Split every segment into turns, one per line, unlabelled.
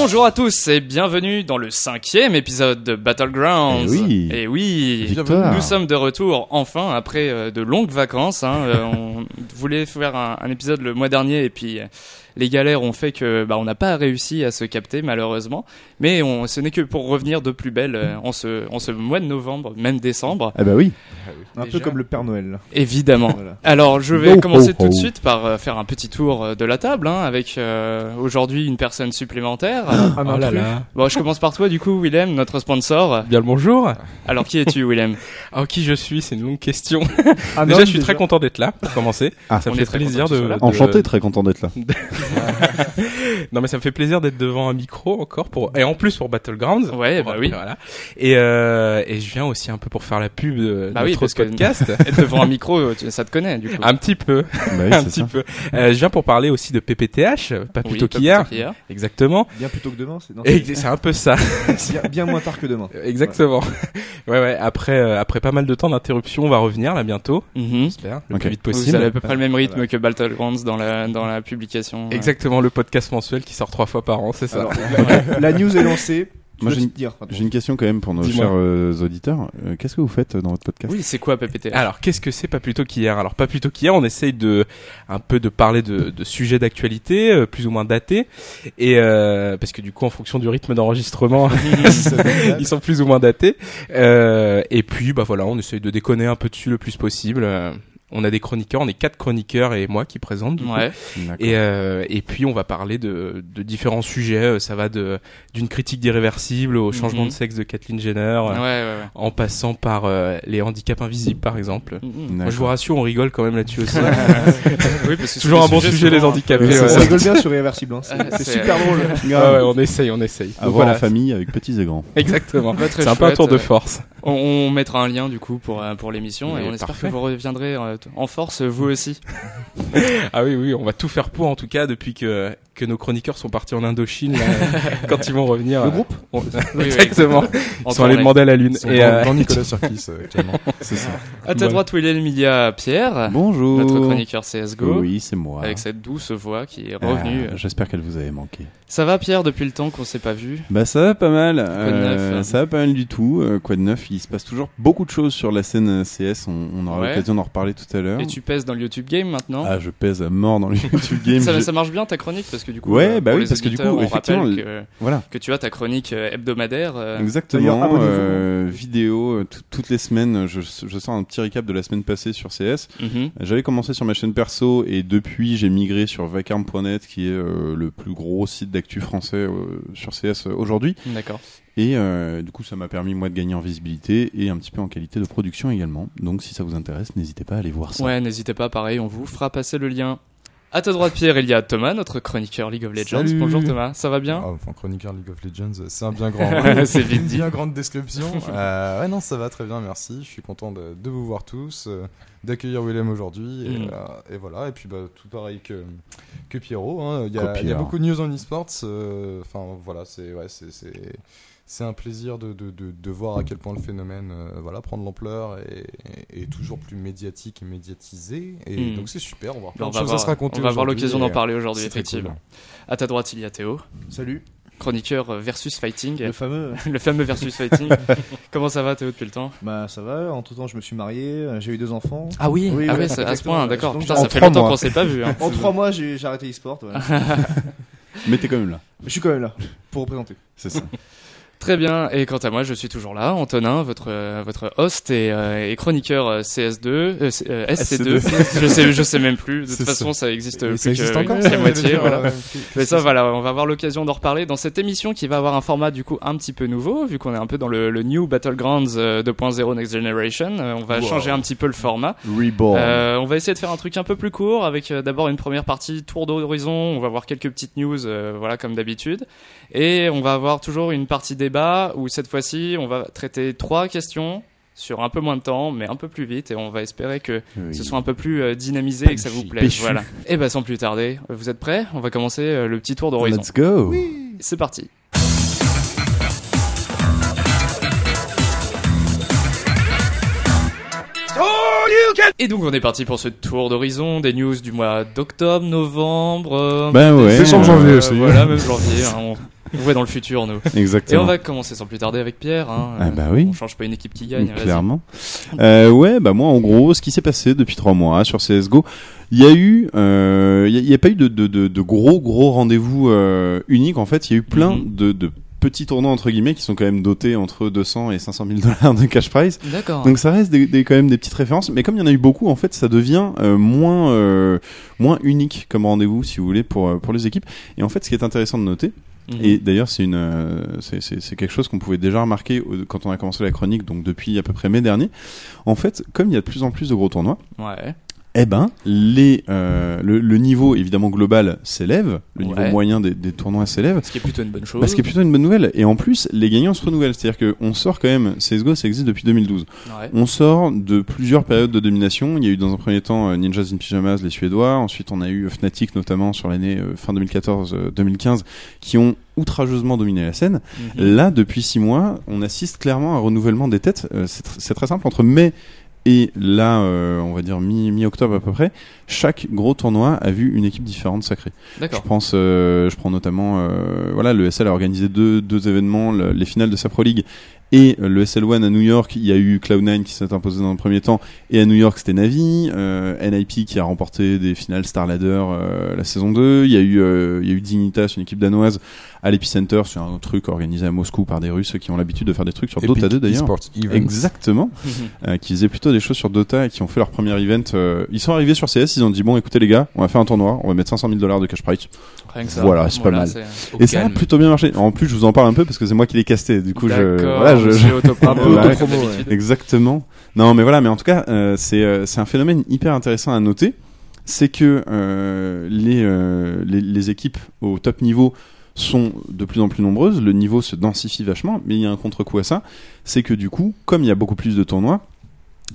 Bonjour à tous et bienvenue dans le cinquième épisode de Battlegrounds.
Eh oui.
Et oui.
Victoire.
Nous sommes de retour enfin après euh, de longues vacances. hein. Euh, on voulait faire un, un épisode le mois dernier et puis euh, les galères ont fait que bah, on n'a pas réussi à se capter malheureusement. Mais on, ce n'est que pour revenir de plus belle euh, en, ce, en ce mois de novembre, même décembre,
Ah bah oui.
Un
Déjà.
peu comme le Père Noël.
Oh.
évidemment.
Voilà.
Alors, je vais
Yo,
commencer
ho,
tout de
ho.
suite par euh, faire un petit tour euh, de la table, hein, avec euh, aujourd'hui une personne supplémentaire.
Un
Oh là
intrus.
là.
Bon, je commence par toi, du coup, Willem, notre sponsor.
Bien le bonjour.
Alors, qui es-tu, Willem
Alors qui Ah, je suis, c'est une longue question.
Ah
Un
déjà,
homme,
je suis très content d'être là pour commencer.
Ah,
ça
on
me
est
fait
très
plaisir
content que tu
de,
sois là.
de-
Enchanté, très content d'être là.
Non mais ça me fait plaisir d'être devant un micro encore pour et en plus pour Battlegrounds.
Ouais,
Pour-
bah oui.
Voilà. Et euh, et je viens aussi un peu pour faire la pub de
Bah oui,
notre
parce que-
podcast.
Être devant un micro, euh, tu- ça te connaît, du coup.
Un petit peu,
Bah oui,
un
c'est
petit
ça.
peu. Euh, je viens pour parler aussi de PPTH, pas
Oui,
plutôt
pas
qu'hier,
plutôt qu'hier.
exactement.
Bien plus tôt que demain, c'est non,
Et
c'est-
c'est un peu ça.
bien, bien moins tard que demain.
Exactement. Ouais, ouais. Après, euh, après pas mal de temps d'interruption, on va revenir là bientôt.
Mhm.
J'espère le
Ok.
plus vite
Vous avez à
possible.
peu près le même rythme
Voilà.
que Battlegrounds dans la, dans la publication. euh.
Exactement, le podcast mensuel qui sort trois fois par an, c'est ça.
Alors, la, la news est lancée. Je
Moi,
dois
j'ai
te dire.
J'ai une question quand même pour nos
Dis-moi.
chers euh, auditeurs. Euh, Qu'est-ce que vous faites euh, dans votre podcast
Oui, c'est quoi PPT
Alors, qu'est-ce que c'est pas plutôt qu'hier Alors, pas plutôt qu'hier, on essaye de un peu de parler de, de sujets d'actualité, euh, plus ou moins datés, et euh, parce que du coup, en fonction du rythme d'enregistrement, ils sont plus ou moins datés. Euh, et puis, bah voilà, on essaye de déconner un peu dessus le plus possible. Euh, on a des chroniqueurs, on est quatre chroniqueurs et moi qui présente. du coup.
Ouais.
D'accord.
Et, euh, et puis on va parler de, de différents sujets. Euh, Ça va de d'une critique d'irréversible au changement
Mhm.
de sexe de Kathleen Jenner,
Ouais, ouais, ouais.
en passant par euh, les handicaps invisibles, par exemple.
Mhm.
D'accord.
Moi, je vous rassure, on rigole quand même là-dessus aussi.
Oui, parce que
Toujours
c'est
un bon
des sujets
sujet, les
souvent-
handicapés.
Ouais,
On
ouais.
c'est
rigole bien sur Irréversible. hein.
Ah,
C'est c'est
c'est-
super drôle.
Ah ouais, on essaye, on essaye.
À
Donc,
voir
voilà.
en famille avec petits et grands.
Exactement.
Bah, très
C'est un peu un
chouette,
tour de
euh,
force.
On, on mettra un lien du coup pour, euh, pour l'émission et
Oui,
on espère
parfait. Mm.
que vous reviendrez euh, t- en force, vous aussi.
Ah oui, oui, on va tout faire pour, en tout cas, depuis que, que nos chroniqueurs sont partis en Indochine, là, euh, quand ils vont revenir.
Le
euh,
groupe
on-
oui.
Exactement.
En
Ils sont allés
tournée.
demander à la Lune. Et, euh,
Nicolas Sirkis euh, actuellement.
C'est ça.
À ta droite, Willem, il y a
Ah,
Pierre,
Bonjour.
notre chroniqueur CSGO,
Oui, c'est moi.
avec cette douce voix qui est
Ah,
revenue.
euh.
J'espère qu'elle vous avait manqué.
Ça va, Pierre, depuis le temps qu'on s'est pas vu
Bah ça va pas mal.
de neuf,
Euh,
hein.
ça va pas mal du tout. Euh, quoi de neuf Il se passe toujours beaucoup de choses sur la scène euh, CS. On, on aura
Ouais.
l'occasion d'en reparler tout à l'heure.
Et tu pèses dans le YouTube Game maintenant
Ah, je pèse à mort dans le YouTube Game.
ça,
Je-
ça marche bien ta chronique parce que du coup, euh,
Ouais, bah
pour
oui,
les
parce que du
auditeurs,
coup,
on
effectivement,
rappelle que,
Voilà.
que tu as ta chronique euh, hebdomadaire. euh,
D'ailleurs,
Exactement,
abonnez-vous.
euh, vidéo, euh, tout- toutes les semaines, je, je sors un petit récap de la semaine passée sur CS.
mhm.
J'avais commencé sur ma chaîne perso et depuis j'ai migré sur vacarme.net qui est euh, le plus gros site d'actu français euh, sur CS euh, aujourd'hui.
Mhm, D'accord.
Et euh, du coup ça m'a permis moi de gagner en visibilité et un petit peu en qualité de production également. Donc si ça vous intéresse, n'hésitez pas à aller voir ça.
Ouais, n'hésitez pas, pareil, on vous fera passer le lien. À ta droite, Pierre, il y a Thomas, notre chroniqueur League of Legends.
Salut.
Bonjour Thomas, ça va bien
Ah, enfin, chroniqueur League of Legends, c'est un bien grand.
C'est vite
Une
dit.
bien grande description. Euh, ouais, non, ça va très bien, merci. Je suis content de, de vous voir tous, euh, d'accueillir Willem
Ah,
aujourd'hui. Et,
Mm.
euh, et voilà, et puis bah, tout pareil que, que Pierrot. hein, Il y,
Que
a- il y a
Pierre.
beaucoup de news en e-sports. euh, Enfin, voilà, c'est. Ouais, c'est- c'est- c'est un plaisir de, de, de, de voir à quel point le phénomène euh, voilà, prend de l'ampleur et, et- et toujours plus médiatique et médiatisé. Et
Mm.
donc c'est super, on va, avoir
Bah,
plein
on
de
va
choses à
avoir,
se raconter
on va avoir
aujourd'hui,
l'occasion
et,
d'en
euh,
parler aujourd'hui,
c'est très
effectivement.
cool.
À ta droite, il y a Théo,
Salut.
chroniqueur euh, versus fighting,
Le fameux.
le fameux versus fighting. Comment ça va, Théo, depuis le temps
Bah ça va. Entre temps, je me suis marié. euh, J'ai eu deux enfants.
Ah oui,
Oui,
ah
oui,
ouais, ça- à ce
exactement.
point, d'accord.
Donc,
Putain,
en
ça fait
trois
longtemps
mois.
qu'on s'est pas vu. hein.
Ah,
En trois mois, j'ai j'ai arrêté e-sport. ouais.
Mais t'es quand même là.
je suis quand même là pour représenter.
C'est ça.
Très bien, et quant à moi, je suis toujours là, Antonin, votre, euh, votre host et, euh, et chroniqueur euh, CS2, euh, C- euh, SC2, je sais, je sais même plus, de toute
C'est ça.
façon ça existe
Et
plus
ça existe
que
encore
la
ça,
moitié,
j'allais dire,
voilà.
euh,
Mais ça voilà, on va avoir l'occasion d'en reparler dans cette émission qui va avoir un format du coup un petit peu nouveau, vu qu'on est un peu dans le, le New Battlegrounds euh, 2.0 Next Generation, euh, on va
Wow.
changer un petit peu le format.
Reborn.
Euh, on va essayer de faire un truc un peu plus court avec euh, d'abord une première partie tour d'horizon, on va voir quelques petites news euh, voilà comme d'habitude et on va avoir toujours une partie débat où cette fois-ci on va traiter trois questions sur un peu moins de temps mais un peu plus vite et on va espérer que
Oui.
ce soit un peu plus euh, dynamisé et que ça vous plaise
Péchu.
voilà. Et ben sans plus tarder, vous êtes prêts On va commencer euh, le petit tour d'horizon.
Let's go.
C'est parti. Et donc on est parti pour ce tour d'horizon des news du mois d'octobre, novembre. euh,
Ben ouais.
Décembre,
euh,
janvier aussi.
Voilà, même janvier. hein, on- Ouais, dans le futur, nous. Et
Exactement.
on va commencer sans plus tarder avec Pierre. hein.
Ah bah oui.
On change pas une équipe qui gagne. vas-y.
Clairement. Euh, ouais, bah moi en gros, ce qui s'est passé depuis trois mois hein, sur CSGO, il y a eu, euh, il y a- il y a pas eu de, de, de, de gros gros rendez-vous euh, uniques en fait. Il y a eu plein
Mhm.
de, de petits tournois entre guillemets qui sont quand même dotés entre 200 et 500 000 dollars de cash prize.
D'accord.
Donc ça reste des, des- quand même des petites références, mais comme il y en a eu beaucoup, en fait, ça devient euh, moins euh, moins unique comme rendez-vous, si vous voulez, pour euh, pour les équipes. Et en fait, ce qui est intéressant de noter,
Mhm.
et d'ailleurs c'est une euh, c'est- c'est c'est quelque chose qu'on pouvait déjà remarquer au- quand on a commencé la chronique, donc depuis à peu près mai dernier. En fait, comme il y a de plus en plus de gros tournois.
Ouais.
Eh ben, les, euh, le, le niveau évidemment global s'élève, le
Ouais.
niveau moyen des, des tournois s'élève,
Ce qui est plutôt une bonne chose.
bah, ce qui est plutôt une bonne nouvelle. Et en plus, les gagnants se renouvellent, c'est-à-dire qu'on sort quand même, CSGO ça existe depuis 2012.
Ouais.
On sort de plusieurs périodes de domination. Il y a eu dans un premier temps euh, Ninjas in Pyjamas, les Suédois. Ensuite, on a eu Fnatic, notamment sur l'année euh, fin 2014-2015, qui ont outrageusement dominé la scène.
Mhm.
Là, depuis six mois, on assiste clairement à un renouvellement des têtes. Euh, C'est tr- c'est très simple. Entre mai et là, euh, on va dire mi- mi-octobre à peu près, chaque gros tournoi a vu une équipe différente sacrée. Je
D'accord.
pense, euh, je prends notamment, euh, voilà, le SL a organisé deux, deux événements, le- les finales de sa Pro League et euh, le SL1 à New York. Il y a eu Cloud9 qui s'est imposé dans le premier temps et à New York c'était Navi, euh, NIP qui a remporté des finales Star Ladder euh, la saison 2. Il y a eu, euh, il y a eu Dignitas, une équipe danoise, à l'Epicenter, c'est un truc organisé à Moscou par des Russes qui ont l'habitude de faire des trucs sur
Epic
Dota 2 d'ailleurs.
eSports Events.
Exactement euh, qui faisaient plutôt des choses sur Dota et qui ont fait leur premier event. euh, ils sont arrivés sur CS, ils ont dit bon, écoutez les gars, on va faire un tournoi, on va mettre 500 000 dollars de cash prize.
Rien que ça.
Voilà, c'est pas mal.
c'est-
Au
et ça a
calme.
plutôt bien marché. En plus, je vous en parle un peu parce que c'est moi qui l'ai casté. Du coup, je
D'accord,
voilà, je,
monsieur autopromo,
Un peu
ouais,
autopromo,
comme
ouais.
d'habitude.
Exactement. Non, mais voilà, mais en tout cas, euh, c'est euh, c'est un phénomène hyper intéressant à noter. C'est que euh, les, euh, les, les équipes au top niveau sont de plus en plus nombreuses, le niveau se densifie vachement, mais il y a un contre-coup à ça, c'est que du coup, comme il y a beaucoup plus de tournois,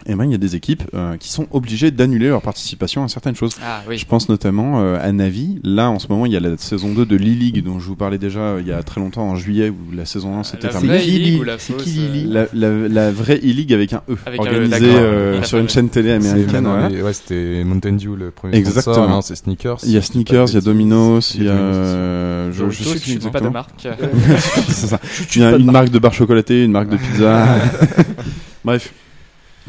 eh ben, il y a des équipes euh, qui sont obligées d'annuler leur participation à certaines choses.
Ah oui.
Je pense notamment euh, à Navi. Là, en ce moment, il y a la saison 2 de l'e-League dont je vous parlais déjà euh, il y a très longtemps, en juillet, où la saison 1 s'était
La
terminée.
vraie
C'est
Lily
Lily,
ou la
c'est
fausse,
qui Lily
euh,
La, la, la vraie e-league avec un E,
Avec un E,
organisée
d'accord.
euh,
Oui.
sur une chaîne télé
C'est-
américaine.
non,
voilà.
mais ouais, c'était Mountain Dew le premier.
Exactement.
sponsor, hein, c'est Sneakers.
Il y a Sneakers, il y a Domino's, il y a. euh, Je,
Doritos,
je sais
je suis
plus
pas de
exactement.
marque. euh,
C'est ça. Il y a une marque de bar chocolaté, une marque de pizza. Bref.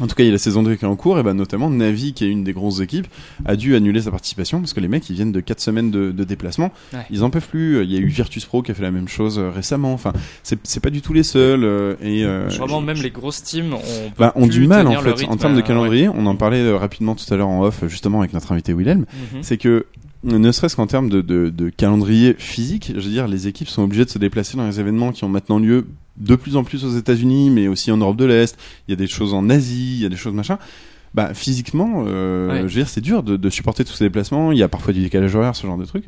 En tout cas, il y a la saison 2 qui est en cours, et ben notamment Navi, qui est une des grosses équipes, a dû annuler sa participation parce que les mecs, ils viennent de 4 semaines de, de déplacement.
Ouais.
Ils en peuvent plus. Il y a eu Virtus Pro qui a fait la même chose euh, récemment. Enfin, c'est c'est pas du tout les seuls. euh, et euh,
Vraiment,
je-
même les grosses teams ont,
bah, ont
plus
du mal en
tenir
fait
le rythme,
en termes
euh,
de
ouais.
calendrier. On en parlait euh, rapidement tout à l'heure en off euh, justement avec notre invité Willem.
Mhm.
C'est que ne serait-ce qu'en termes de, de- de calendrier physique, je veux dire, les équipes sont obligées de se déplacer dans les événements qui ont maintenant lieu de plus en plus aux États-Unis, mais aussi en Europe de l'Est. Il y a des choses en Asie, il y a des choses machin. Bah, physiquement, euh,
Ouais.
je veux dire, c'est dur de, de supporter tous ces déplacements. Il y a parfois du décalage horaire, ce genre de truc.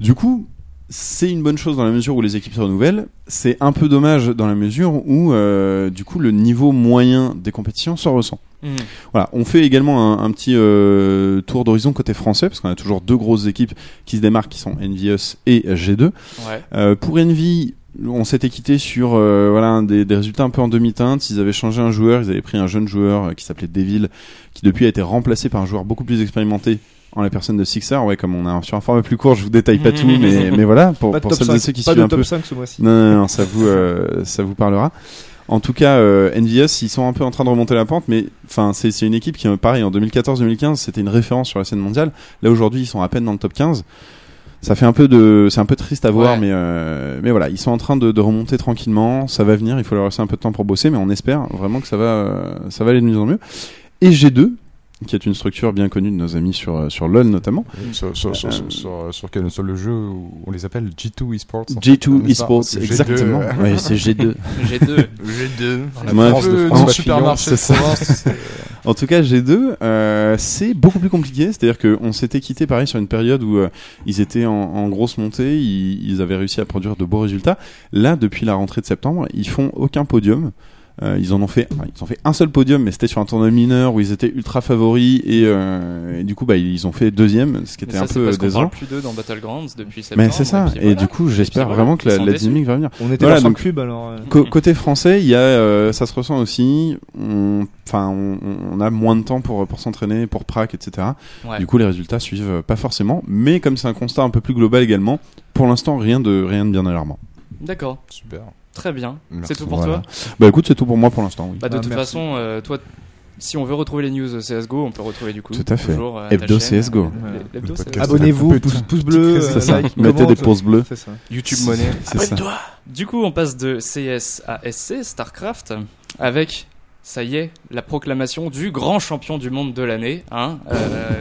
Du coup, c'est une bonne chose dans la mesure où les équipes se renouvellent. C'est un peu dommage dans la mesure où, euh, du coup, le niveau moyen des compétitions se ressent.
Mhm.
Voilà, on fait également un, un petit euh, tour d'horizon côté français, parce qu'on a toujours deux grosses équipes qui se démarquent, qui sont Envious et G2.
Ouais.
Euh, pour Envy, on s'était quitté sur euh, voilà un des, des résultats un peu en demi-teinte. Ils avaient changé un joueur, ils avaient pris un jeune joueur euh, qui s'appelait Deville, qui depuis a été remplacé par un joueur beaucoup plus expérimenté en la personne de Sixer. Ouais, comme on a un- sur un format plus court, je vous détaille pas tout, mais, mais voilà pour,
Mm, Pas de
pour
top
celles et
5,
ceux qui
pas
suivent
de
un peu.
top 5 ce mois-ci.
Non, non, non, ça vous, euh, ça vous parlera. En tout cas, euh, NVS, ils sont un peu en train de remonter la pente, mais enfin, c'est c'est une équipe qui, euh, pareil, en 2014-2015, c'était une référence sur la scène mondiale. Là, aujourd'hui, ils sont à peine dans le top 15. Ça fait un peu de, c'est un peu triste à voir,
Ouais.
mais euh, mais voilà, ils sont en train de, de remonter tranquillement. Ça va venir. Il faut leur laisser un peu de temps pour bosser, mais on espère vraiment que ça va, euh, ça va aller de mieux en mieux. Et G2, qui est une structure bien connue de nos amis sur euh, sur LoL notamment.
Sur, sur, sur,
Euh,
sur, sur, sur quel- sur le jeu où on les appelle G2 eSports. en fait,
G2
n'est-ce pas
Esports,
C'est G2,
exactement.
euh,
Ouais, c'est G2.
G2.
G2.
La Ouais. France
France
de
de
François
supermarché
Fillon,
de
c'est euh,
province.
En tout cas, G2, euh, c'est beaucoup plus compliqué. C'est-à-dire qu'on s'était quitté, pareil, sur une période où euh, ils étaient en, en grosse montée, ils, ils avaient réussi à produire de beaux résultats. Là, depuis la rentrée de septembre, ils font aucun podium. Euh, ils en ont fait, enfin, ils ont fait un seul podium, mais c'était sur un tournoi mineur où ils étaient ultra favoris et, euh, et du coup, bah, ils ont fait deuxième, ce qui
Mais
était
ça,
un
c'est
peu
parce qu'on
désolant.
parle plus d'eux dans Battlegrounds depuis septembre.
Mais c'est ça.
puis
Et,
voilà.
du coup, j'espère
voilà,
vraiment que
ils
la,
sont
la
déçus.
dynamique va venir.
On était
Voilà,
dans le
donc-
club alors. euh,
Co- côté français, il y a, euh, ça se ressent aussi. On- Enfin, on, on a moins de temps pour pour s'entraîner, pour prac, etc.
Ouais.
Du coup, les résultats suivent euh, pas forcément. Mais comme c'est un constat un peu plus global également, pour l'instant, rien de rien de bien alarmant.
D'accord,
Super.
très bien.
Merci.
C'est tout pour
Voilà.
toi
Bah écoute, c'est tout pour moi pour l'instant, oui.
bah, De
Ah,
toute
merci.
façon, euh, toi, si on veut retrouver les news CSGO, on peut retrouver du coup.
Tout à fait.
Toujours, euh, ta
Hebdo
chaîne.
CSGO.
Les- l'hebdo,
Le
c'est-
podcast.
Abonnez-vous,
Putain.
pouce, pouce bleu,
C'est
euh,
ça.
like,
Mettez des
commente.
pauses bleues.
C'est ça.
YouTube Money.
Ah
C'est ça.
Du coup, on passe de CS à SC, StarCraft, avec, ça y est, la proclamation du grand champion du monde de l'année, hein, euh,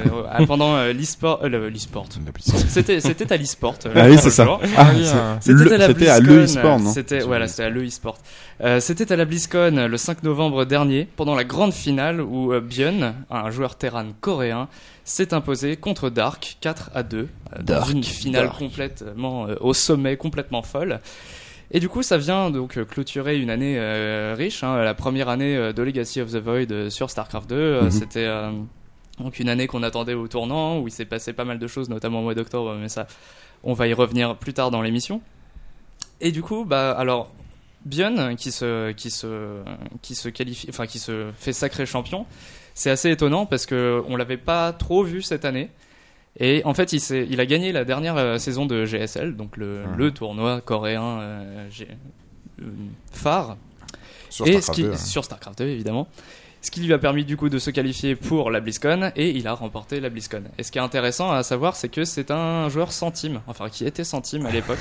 euh, pendant euh, l'e-sport. euh, le- l'e-sport.
On appelle ça.
C'était, c'était à l'e-sport. euh,
Ah oui, c'est
le
ça.
jour.
Ah,
oui,
c'est-
hein.
C'était
Le-
à la
c'était à
BlizzCon,
l'e-sport, non
C'était, voilà, c'était à l'e-sport. Euh, c'était à la BlizzCon euh, le 5 novembre dernier, pendant la grande finale où euh, Bion, un joueur Terran coréen, s'est imposé contre Dark 4 à 2. euh, dans
Dark,
une finale
Dark.
complètement euh, au sommet, complètement folle. Et du coup, ça vient donc euh, clôturer une année euh, riche, hein, la première année euh, de Legacy of the Void euh, sur StarCraft 2. euh,
Mhm.
C'était euh, donc une année qu'on attendait au tournant, où il s'est passé pas mal de choses, notamment au mois d'octobre, mais ça, on va y revenir plus tard dans l'émission. Et du coup, bah, alors, Bion, qui se, qui se, qui se qualifie, enfin, qui se fait sacré champion, c'est assez étonnant parce que on l'avait pas trop vu cette année. Et en fait, il, s'est- il a gagné la dernière euh, saison de GSL, donc le,
Ah.
le tournoi coréen euh, G- euh, phare
Sur
et
StarCraft
ce qui,
2, hein.
sur StarCraft 2 évidemment. Ce qui lui a permis du coup de se qualifier pour la BlizzCon et il a remporté la BlizzCon. Et ce qui est intéressant à savoir, c'est que c'est un joueur centime, enfin qui était centime à l'époque.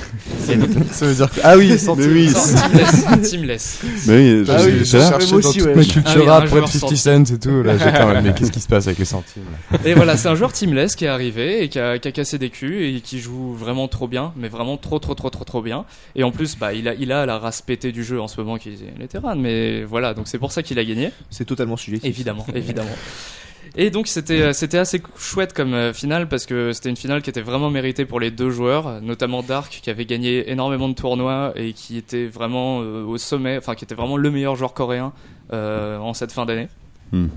Et donc,
Ça veut dire que. Ah oui,
Mais oui, c'est-
Centimeless, centimeless.
mais oui,
Ah
je-
oui,
c'est
j'ai
là.
cherché
moi
dans
aussi,
toute
ouais.
ma
Ah oui,
culture
un
rap,
joueur
ouais, 50 cents et tout. Là, j'étais en mode, mais qu'est-ce qui se passe avec les centimes là
Et voilà, c'est un joueur teamless qui est arrivé et qui a, qui a cassé des culs et qui joue vraiment trop bien, mais vraiment trop trop trop trop trop bien. Et en plus, bah, il a, il a la race pétée du jeu en ce moment qui est les terrains, mais voilà, donc c'est pour ça qu'il a gagné.
C'est totalement sujet.
Évidemment, évidemment. Et donc c'était euh, c'était assez chouette comme euh, finale parce que c'était une finale qui était vraiment méritée pour les deux joueurs, notamment Dark qui avait gagné énormément de tournois et qui était vraiment euh, au sommet, enfin qui était vraiment le meilleur joueur coréen euh, en cette fin d'année.
Mhm.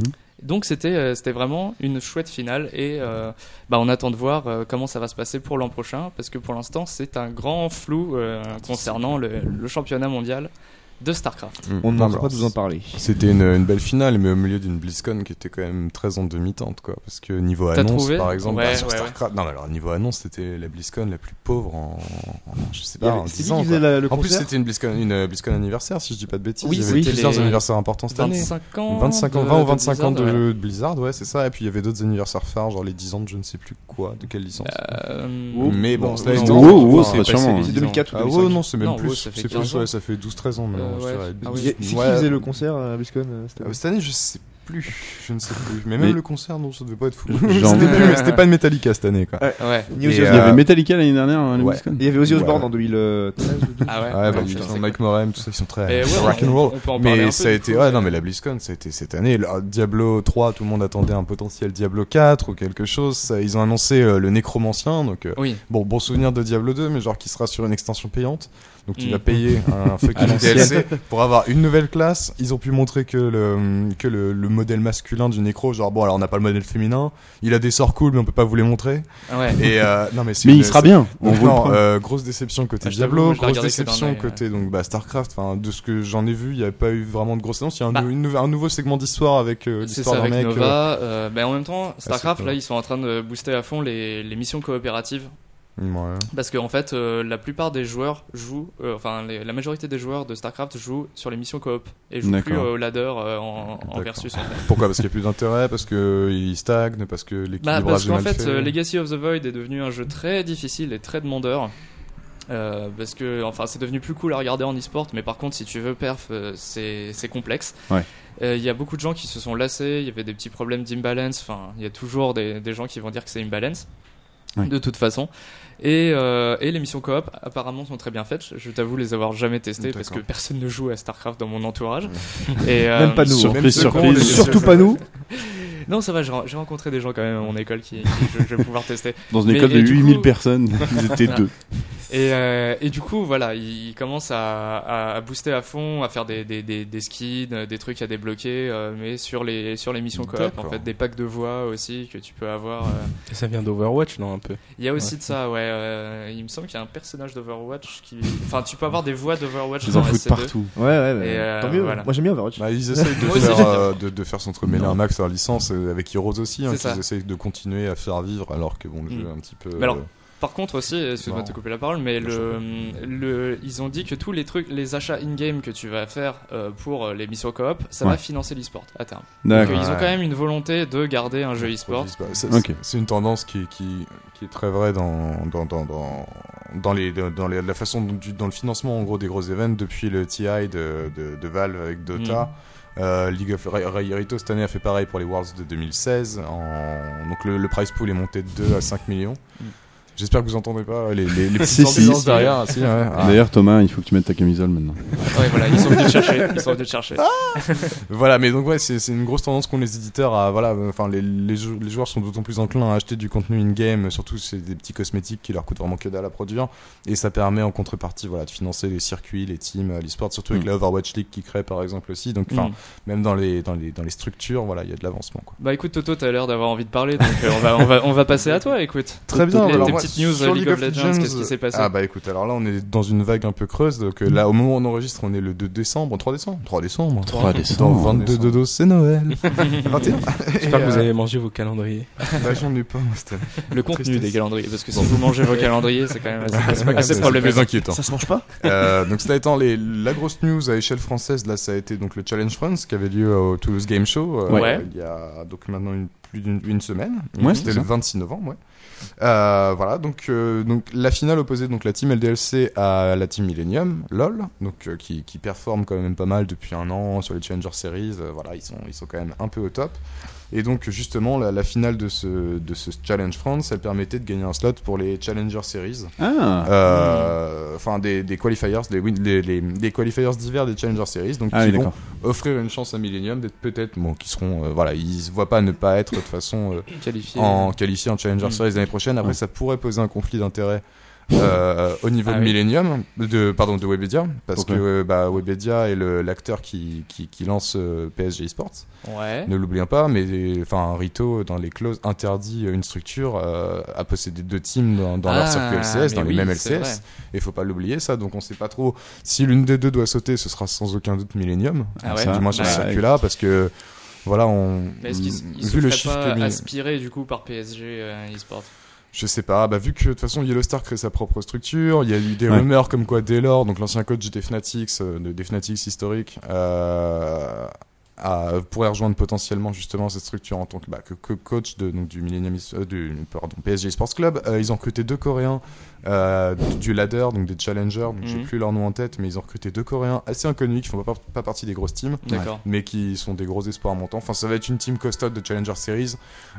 Donc c'était euh, c'était vraiment une chouette finale et euh, bah, on attend de voir euh, comment ça va se passer pour l'an prochain parce que pour l'instant c'est un grand flou euh, concernant le, le championnat mondial de Starcraft.
On ne
Mm. Non,
manque pas
alors,
de vous en parler.
C'était une, une belle finale, mais au milieu d'une BlizzCon qui était quand même très en demi-tente, quoi. Parce que niveau
T'as
annonce,
trouvé
par exemple,
Ouais,
bah, sur
ouais,
StarCraft. Non, mais alors niveau annonce, c'était la BlizzCon la plus pauvre en, en- je sais
Il y
pas,
avait-
en
C'est
10
lui
ans.
qui faisait
quoi.
la- le
En plus,
concert
c'était une BlizzCon, une euh, BlizzCon anniversaire, si je dis pas de bêtises.
Oui,
il y avait
oui,
plusieurs
les-
anniversaires importants cette année.
25 ans,
25 ans,
de-
20 ou
de
25 ans de,
Blizzard, ouais.
de Blizzard, ouais, c'est ça. Et puis il y avait d'autres anniversaires phares, genre les 10 ans de je ne sais plus quoi, de quelle licence.
Euh,
Wow.
mais bon,
Non,
cela
non,
étant-
Wow, wow,
enfin,
c'est pas sûrement.
les
C'est
dix
2004 ou
hein. Ah ouais,
2005.
non, c'est même
Non,
plus.
ouais, ça fait
c'est
15
plus,
ans.
ouais, ça fait 12-13 ans maintenant.
Euh,
je
ouais.
dirais.
Ah
Il
oui.
y a- C'est qui
Ouais.
faisait le concert à BlizzCon euh, cette
Ah,
année
Cette année, je sais plus. Je ne sais plus. Mais même
Mais-
le concert, non, ça devait pas être fou.
Genre-
C'était plus- C'était pas de Metallica cette année, quoi.
Ah,
Ouais.
New
Et,
Zealand.
Il y avait Metallica l'année dernière, hein, à la
Ouais.
BlizzCon.
Il y avait Ozzy
Ouais.
Osbourne en 2013 ou 2012.
Ah ouais.
Ouais, bah,
Ouais,
putain,
c'est-
Mike Morem, tout ça, ils sont
Mais
très
ouais,
rock
on-
and roll.
on peut en parler un
Mais
peu,
ça a
du
été,
coup.
ouais, non, mais la BlizzCon, ça a été cette année. Là, Diablo 3, tout le monde attendait un potentiel Diablo 4 ou quelque chose. Ça, Ils ont annoncé euh, le Nécromancien, donc euh,
Oui.
Bon, bon souvenir de Diablo 2, mais genre qui sera sur une extension payante. Donc tu
Mm.
vas payer un fucking DLC pour avoir une nouvelle classe. Ils ont pu montrer que le, que le, le modèle masculin du nécro, genre bon, alors on n'a pas le modèle féminin, il a des sorts cool, mais on peut pas vous les montrer.
Ouais.
Et euh, non, mais, c'est
Mais
une-
il sera
c'est-
bien. On
donc
vous le
non,
prend.
euh, grosse déception côté
Ah, je t'avoue,
Diablo,
moi, je la
grosse
regardais que d'un
déception
œil, ouais.
côté donc bah Starcraft. Enfin, de ce que j'en ai vu, il n'y a pas eu vraiment de grosse annonce. Il y a un,
Bah.
nou- une nou- un nouveau segment d'histoire avec euh,
C'est
l'histoire
ça
d'un
avec
mec. euh,
Nova. euh, ben, en même temps, StarCraft,
c'est
là,
pas-
ils sont en train de booster à fond les, les missions coopératives.
euh, ouais.
Parce que, en fait, euh, la plupart des joueurs jouent, euh, enfin, les- la majorité des joueurs de StarCraft jouent sur les missions coop et jouent plus
D'accord.
euh, au ladder euh, en, en
D'accord.
versus. en fait.
Pourquoi Parce qu'il n'y a plus d'intérêt, parce qu'il stagne, parce que
Bah,
l'équilibrage
parce
est
qu'en
mal
fait,
fait.
euh, Legacy of the Void est devenu un jeu très difficile et très demandeur. Euh, parce que, enfin, c'est devenu plus cool à regarder en e-sport, mais par contre, si tu veux perf, euh, c'est c'est complexe.
Ouais.
Euh, Il y a beaucoup de gens qui se sont lassés, il y avait des petits problèmes d'imbalance, enfin, il y a toujours des, des gens qui vont dire que c'est imbalance,
Ouais.
de toute façon. Et, euh, et les missions coop, apparemment, sont très bien faites. Je t'avoue les avoir jamais testées parce que
D'accord.
personne ne joue à StarCraft dans mon entourage. et, euh,
Même pas nous.
Surprise,
Même seconde,
surprise.
les-
Surtout pas nous.
Non, ça va, j'ai j'ai rencontré des gens quand même à mon école qui, qui- je- je vais pouvoir tester.
Dans une
Mais-
école de
et du
8000
coup-
personnes, ils étaient
Ah.
deux.
Et, euh, et du coup, voilà, il commence à, à- à booster à fond, à faire des, des, des, des skins, des trucs à débloquer, euh, mais sur les, sur les missions coop, en
D'accord.
fait, des packs de voix aussi que tu peux avoir. euh.
Ça vient d'Overwatch, non, un peu
Il y a aussi de ça, ouais. euh, il me semble qu'il y a un personnage d'Overwatch qui. Enfin, tu peux avoir des voix d'Overwatch
Ils
dans E
en foutent
SC2.
partout.
Ouais, ouais, bah,
Et, euh,
tant mieux.
voilà.
Moi j'aime bien Overwatch.
Bah, ils essayent de
Moi aussi,
faire,
j'aime bien.
euh, de, de faire s'entremêler
Non.
un max leur licence euh, avec Heroes aussi. hein,
C'est
qu'ils
ça.
essayent de continuer à faire vivre alors que bon, le
Mm.
jeu est un petit peu.
Mais alors,
euh,
Par contre aussi, excuse-moi de te couper la parole, mais le, le, ils ont dit que tous les trucs, les achats in-game que tu vas faire euh, pour les missions coop, ça
Ouais.
va financer l'e-sport à terme. Donc, euh,
D'accord.
ils ont
Ouais.
quand même une volonté de garder un jeu e-sport.
C'est
Ok.
c'est une tendance qui, qui, qui est très vraie dans, dans, dans, dans, dans, les, dans les- la façon dont tu- dans le financement en gros des gros events depuis le TI de, de, de Valve avec Dota.
Mm.
Euh, League of Ra- Ra- Rito cette année a fait pareil pour les Worlds de 2016. En... Donc le, le prize pool est monté de 2 à 5 millions.
Mm.
J'espère que vous entendez pas les, les, les
Si,
petites
si.
ambulances derrière. Ah, si, ouais. Ah.
D'ailleurs, Thomas, il faut que tu mettes ta camisole maintenant.
Ouais, voilà, ils sont venus te chercher. Ils sont venus te chercher.
Ah. Voilà, mais donc ouais, c'est c'est une grosse tendance qu'ont les éditeurs à voilà, euh, enfin les, les, jou- les joueurs sont d'autant plus enclins à acheter du contenu in game, surtout c'est des petits cosmétiques qui leur coûtent vraiment que dalle à produire, et ça permet en contrepartie voilà de financer les circuits, les teams, euh, l'esport, surtout avec
Mm.
la Overwatch League qui crée par exemple aussi, donc enfin
Mm.
même dans les dans les dans les structures voilà il y a de l'avancement quoi.
Bah écoute, Toto, t'as l'air d'avoir envie de parler, donc euh, on, va, on, va, on va passer à toi, écoute.
Très bien,
Les-
alors
tes
moi,
petites news
sur
euh, League
League
of
of
Legends,
Legends,
qu'est-ce qui s'est passé
Ah bah écoute alors là on est dans une vague un peu creuse, donc euh, là au moment où on enregistre on est le 2 décembre, 3 décembre, 3 décembre.
3
Dans
décembre.
22 dodos c'est Noël. 21.
J'espère
Et,
que vous
euh,
avez mangé vos calendriers.
Bah, j'en ai pas, moi, c'était
Le contenu
tristesse.
des calendriers, parce que si vous mangez vos calendriers, c'est quand même assez, c'est pas
Ah,
assez
c'est
problématique.
plus inquiétant.
Ça se mange pas
Euh, donc, cela étant, les, la grosse news à échelle française, là, ça a été donc le Challenge France qui avait lieu au Toulouse Game Show euh,
Ouais.
il y a donc maintenant une, plus d'une une semaine.
Ouais,
C'était
c'est
le
ça.
26 novembre. Ouais. Euh, voilà, donc, euh, donc la finale opposait donc la team LDLC à la team Millennium, LOL, donc euh, qui, qui performe quand même pas mal depuis un an sur les Challenger Series. euh, voilà, ils sont, ils sont quand même un peu au top. Et donc justement, la, la finale de ce, de ce Challenge France, elle permettait de gagner un slot pour les Challenger Series.
Ah,
Euh, enfin des, des qualifiers, des, win- des, les- des qualifiers divers des Challenger Series, donc
ah
qui
oui,
vont
d'accord.
offrir une chance à Millennium d'être peut-être, bon, qui seront, euh, voilà, ils se voient pas ne pas être de toute façon euh,
Qualifié.
en qualifié en Challenger
Mm.
Series l'année prochaine. Après,
Ouais.
ça pourrait poser un conflit d'intérêt. euh, au niveau
Ah
de
oui.
Millennium, de pardon de Webedia, parce
Pourquoi
que euh, bah, Webedia est le- l'acteur qui, qui, qui lance euh, PSG Esports.
Ouais.
Ne l'oublions pas, mais enfin Rito dans les clauses interdit euh, une structure euh, à posséder deux teams dans, dans leur
Ah,
circuit LCS, dans
mais
les
oui,
mêmes
c'est vrai.
LCS. Et faut pas l'oublier ça, donc on sait pas trop si l'une des deux doit sauter, ce sera sans aucun doute Millennium.
Ah
Ça,
ouais.
Du moins sur
Ouais.
ce
ça.
circuit-là, parce que voilà, on
Mais est-ce qu'ils ils se
vu le
feraient
chiffre
pas
que Mill-
aspirer du coup par PSG euh, eSport
je sais pas, bah vu que de toute façon Yellowstar crée sa propre structure, il y a eu des
Ouais.
rumeurs comme quoi Delors, donc l'ancien coach des Fnatics, euh, de- des Fnatics historiques, euh, à- pourrait rejoindre potentiellement justement cette structure en tant que, bah, que, que coach de, donc, du Millennium, Is- euh, du pardon, PSG Sports Club. Euh, ils ont recruté deux Coréens euh, du- du ladder, donc des challengers, donc j'ai
Mhm.
plus leur nom en tête, mais ils ont recruté deux Coréens assez inconnus qui font pas, par- pas partie des grosses teams
D'accord.
mais qui sont des gros espoirs montants. Enfin, ça va être une team costaude de Challenger Series.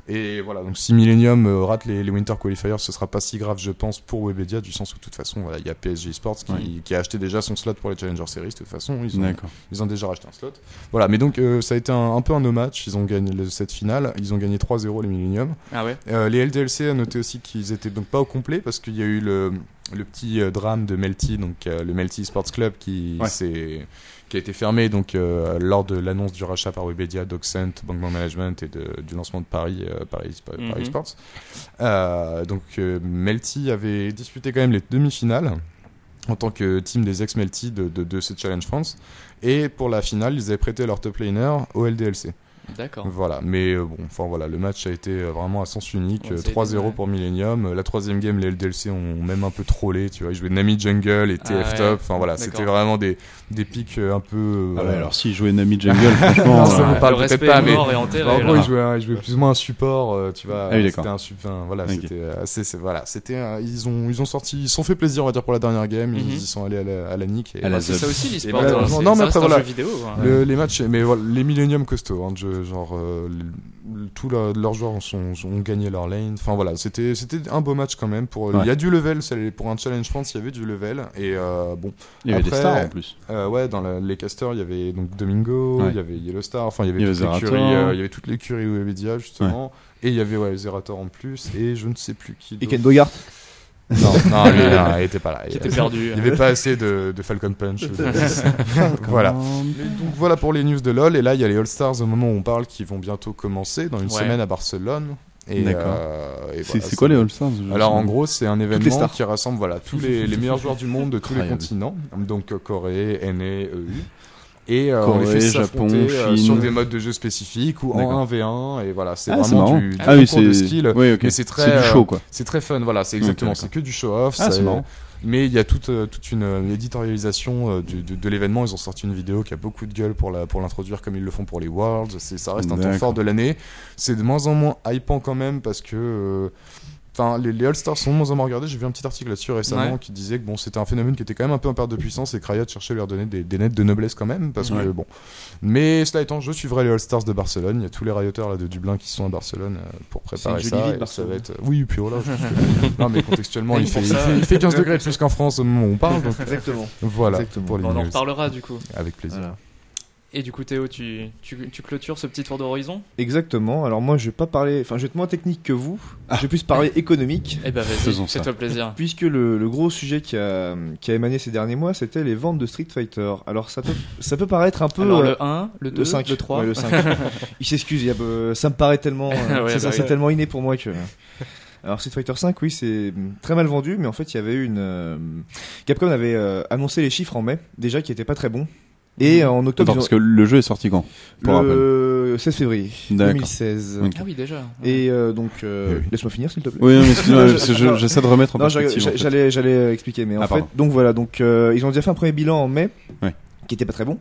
Et voilà, donc si Millennium euh, rate les, les Winter Qualifiers, ce sera pas si grave, je pense, pour Webedia, du sens où, de toute façon, voilà, il y a PSG Sports qui,
Ouais.
qui a acheté déjà son slot pour les Challenger Series. De toute façon, ils ont,
D'accord.
ils ont déjà racheté un slot. Voilà, mais donc euh, ça a été un, un peu un no match. Ils ont gagné le- cette finale. Ils ont gagné 3-0 les Millennium.
Ah ouais.
Euh, les LDLC à noter aussi qu'ils étaient donc pas au complet parce qu'il y a eu le, le petit euh, drame de Melty, donc euh, le Melty Sports Club qui
Ouais.
s'est- qui a été fermé donc euh, lors de l'annonce du rachat par Webedia, Docsent, Bank Management et de- du lancement de Paris euh, Paris, Sp-
Mhm.
Paris Sports. Euh, donc euh, Melty avait disputé quand même les demi-finales en tant que team des ex-Melty de, de, de ce Challenge France. Et pour la finale, ils avaient prêté leur top laner au LDLC.
D'accord.
Voilà, mais euh, bon, enfin voilà, le match a été euh, vraiment à sens unique.
Ouais,
euh,
ça a été,
3-0
ouais.
pour Millennium. Euh, La troisième game, les LDLC ont même un peu trollé, tu vois. Ils jouaient Nami Jungle et
Ah
TF
ouais.
Top. Enfin voilà,
D'accord.
c'était vraiment des, des pics euh, un peu. euh,
Ah ouais,
voilà.
alors si jouait Nami Jungle, franchement.
ça
euh,
vous parle
le respect
peut-être pas,
est
mais-
mort et enterré.
Enfin, en gros,
là.
ils jouaient, ils jouaient plus ou moins un support, euh, tu vois.
Ah oui, d'accord.
c'était un support. Voilà,
Ok.
c'était euh, assez. c'est- Voilà, c'était. euh, ils ont, ils ont sorti, ils se sont fait plaisir, on va dire, pour la dernière game.
Mhm.
Ils y sont allés à la, à la nick. Et,
À la
C'est Ah, ça
Zub.
aussi
Et
l'e-sport.
malheureusement-
hein,
non,
c'est- ça
mais
reste
après,
un
voilà.
jeu vidéo. hein.
Le- les matchs, mais voilà, les Millennium costauds, hein, je- genre, euh, le- tous leurs- leurs joueurs ont, sont- ont gagné leur lane. Enfin voilà, c'était c'était un beau match quand même. Pour, euh,
Ouais.
Il y a du level, c'est- pour un challenge France, il y avait du level. Et euh, bon,
Il y avait des
Après-
stars en plus.
euh, ouais, dans la- les casters, il y avait donc Domingo,
Ouais.
il y avait Yellowstar, enfin il y avait
Il y avait
toutes les
Zerator.
curies, euh, il y avait toutes les curies Webedia justement. Et il y avait ouais, Zerator en plus, et je ne sais plus qui.
Et
d'autre.
Ken Bogart
Non, non, lui, non, il était pas là.
Qui
Il-
était perdu.
Il n'y avait pas assez de, de Falcon Punch. ou de- voilà. Donc voilà pour les news de LoL. Et là, il y a les All Stars au moment où on parle qui vont bientôt commencer dans une
Ouais.
semaine à Barcelone. Et,
D'accord.
euh, et
C'est
voilà,
c'est quoi les All-Stars je
alors
sais
en
pas.
gros c'est un
les
événement
stars.
qui rassemble voilà tous les, les meilleurs joueurs du monde de tous les
Incroyable.
continents donc euh, Corée, NA, EU E, Et euh, on les
Corée,
fait s'affronter
Japon,
euh, sur
Chine.
des modes de jeu spécifiques ou en
D'accord.
1v1. Et voilà, c'est
Ah, c'est
vraiment
marrant.
du, du
ah oui,
concours de
c'est. euh,
skill.
oui, ok.
mais c'est très,
du show, quoi.
C'est très fun, voilà, c'est exactement.
d'accord.
c'est que du show-off.
Ah,
ça-
c'est marrant.
Mais il y a toute, euh, toute une, euh, éditorialisation euh, du- de, de l'événement. Ils ont sorti une vidéo qui a beaucoup de gueule pour la- pour l'introduire, comme ils le font pour les Worlds. C'est- Ça reste un temps
D'accord.
fort de l'année. C'est de moins en moins hypant quand même parce que. euh, Enfin, les, les All-Stars sont de moins en moins regardés. J'ai vu un petit article là-dessus récemment
Ouais.
qui disait que bon, c'était un phénomène qui était quand même un peu en perte de puissance et Crayat cherchait à leur donner des, des nettes de noblesse quand même. Parce que
Ouais.
bon. Mais cela étant, je suivrai les All-Stars de Barcelone. Il y a tous les rioteurs là, de Dublin qui sont à Barcelone euh, pour
une
préparer ça.
jolie ville,
et ça va
Barcelone.
être... euh, Oui, puis voilà. je pense que- non, mais contextuellement, il
Pour
fait, il,
ça,
fait, il fait 15 degrés de plus qu'en France au moment où on parle. donc
Exactement.
voilà,
euh, Exactement.
pour les
On en
news.
reparlera du coup.
Avec plaisir.
Voilà.
Et du coup, Théo, tu, tu, tu clôtures ce petit tour d'horizon
Exactement. Alors moi, je vais pas parler. Enfin, je vais être moins technique que vous.
Ah.
Je vais plus parler économique.
Eh ben,
Faisons
vas-y,
ça.
fais-toi plaisir.
Puisque le, le gros sujet qui a, qui a émané ces derniers mois, c'était les ventes de Street Fighter. Alors ça peut, ça peut paraître un peu...
Alors,
euh,
le 1, le 2, le,
5,
3.
Ouais, le 5. il s'excuse, il y a, euh, ça me paraît tellement, euh,
Ouais,
ça-
bah
c'est
oui.
tellement inné pour moi que. euh. Alors Street Fighter 5, oui, c'est mm, très mal vendu, mais en fait, il y avait une euh, Capcom avait euh, annoncé les chiffres en mai, déjà qui étaient pas très bons, et
Mmh.
en octobre
Attends, parce que le jeu est sorti quand
ils
pour
ont- le 16 février
D'accord.
2016.
Ok.
Ah oui, déjà.
Et euh, donc, euh,
Oui, oui.
laisse-moi finir, s'il te plaît.
Oui, non, mais excuse-moi,
Non,
parce que
non.
je- j'essaie de remettre en
Non, j'a-
perspective. en
j'a-
fait.
j'allais j'allais euh, expliquer, mais en
Ah,
fait,
pardon.
donc voilà, donc euh, ils ont déjà fait un premier bilan en mai,
Ouais.
qui était pas très bon,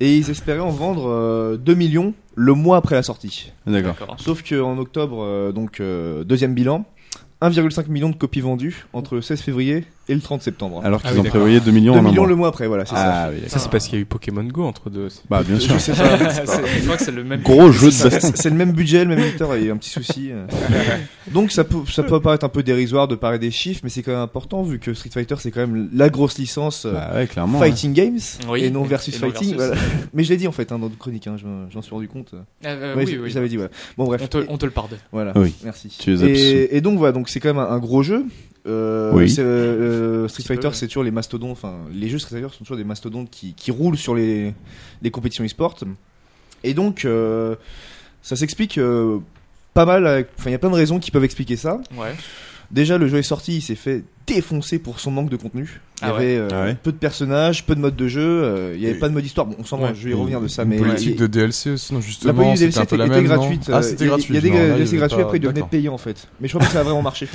et ils espéraient en vendre euh, 2 millions le mois après la sortie.
D'accord.
D'accord.
Sauf qu'en octobre, euh, donc euh, deuxième bilan, 1,5 million de copies vendues entre le 16 février et le 30 septembre.
Alors
Ah
qu'ils
oui,
ont
d'accord.
prévoyé 2 millions
2
en un
millions
mois.
le mois après, voilà, c'est ça.
Ah oui, d'accord.
Ça, c'est parce qu'il y a eu Pokémon Go entre deux. aussi.
Bah, bien
Je
sûr.
sais pas,
C'est- Je crois que c'est le même.
Gros jeu de
C'est ça,
baston.
c'est- c'est le même budget, le même éditeur, il y a eu un petit souci. euh. Donc ça peut, ça peut paraître un peu dérisoire de parler des chiffres, mais c'est quand même important vu que Street Fighter c'est quand même la grosse licence euh,
Bah ouais, clairement. ouais.
Fighting Games
Oui,
et non versus
et non
Fighting.
versus.
voilà. Mais je l'ai dit en fait hein, dans notre chronique, hein, je m'en- j'en suis rendu compte.
Ah, euh,
Ouais,
oui,
je-
oui.
je l'avais dit, voilà. Bon bref.
On te, on te le pardonne.
Voilà.
Oui.
Merci.
Tu les as pissous.
et, et donc voilà, donc c'est quand même un, un gros jeu. Euh,
Oui.
c'est, euh, euh, Street
petit peu,
Fighter,
ouais.
c'est toujours les mastodontes. Enfin, les jeux Street Fighter sont toujours des mastodontes qui, qui roulent sur les, les compétitions e-sport. Et donc, euh, ça s'explique euh, pas mal. avec- Enfin, il y a plein de raisons qui peuvent expliquer ça.
Ouais.
Déjà, le jeu est sorti, il s'est fait défoncer pour son manque de contenu. Il y
Ah ouais.
avait euh,
Ah ouais.
peu de personnages, peu de modes de jeu. euh, il y avait
Et-
pas de mode histoire. Bon, on s'en va,
Ouais.
je vais y revenir de ça,
Une
mais euh,
politique
il-
de DLC aussi, non,
la
justement.
politique du
c'était
DLC
un peu
était,
la
était
même, non
gratuite.
Ah,
euh,
c'était
il y a-
gratuit.
Il y a des
non, là, il y
DLC
avait
gratuits,
pas-
après ils devenaient
d'accord.
payants en fait. Mais je crois que ça a vraiment marché.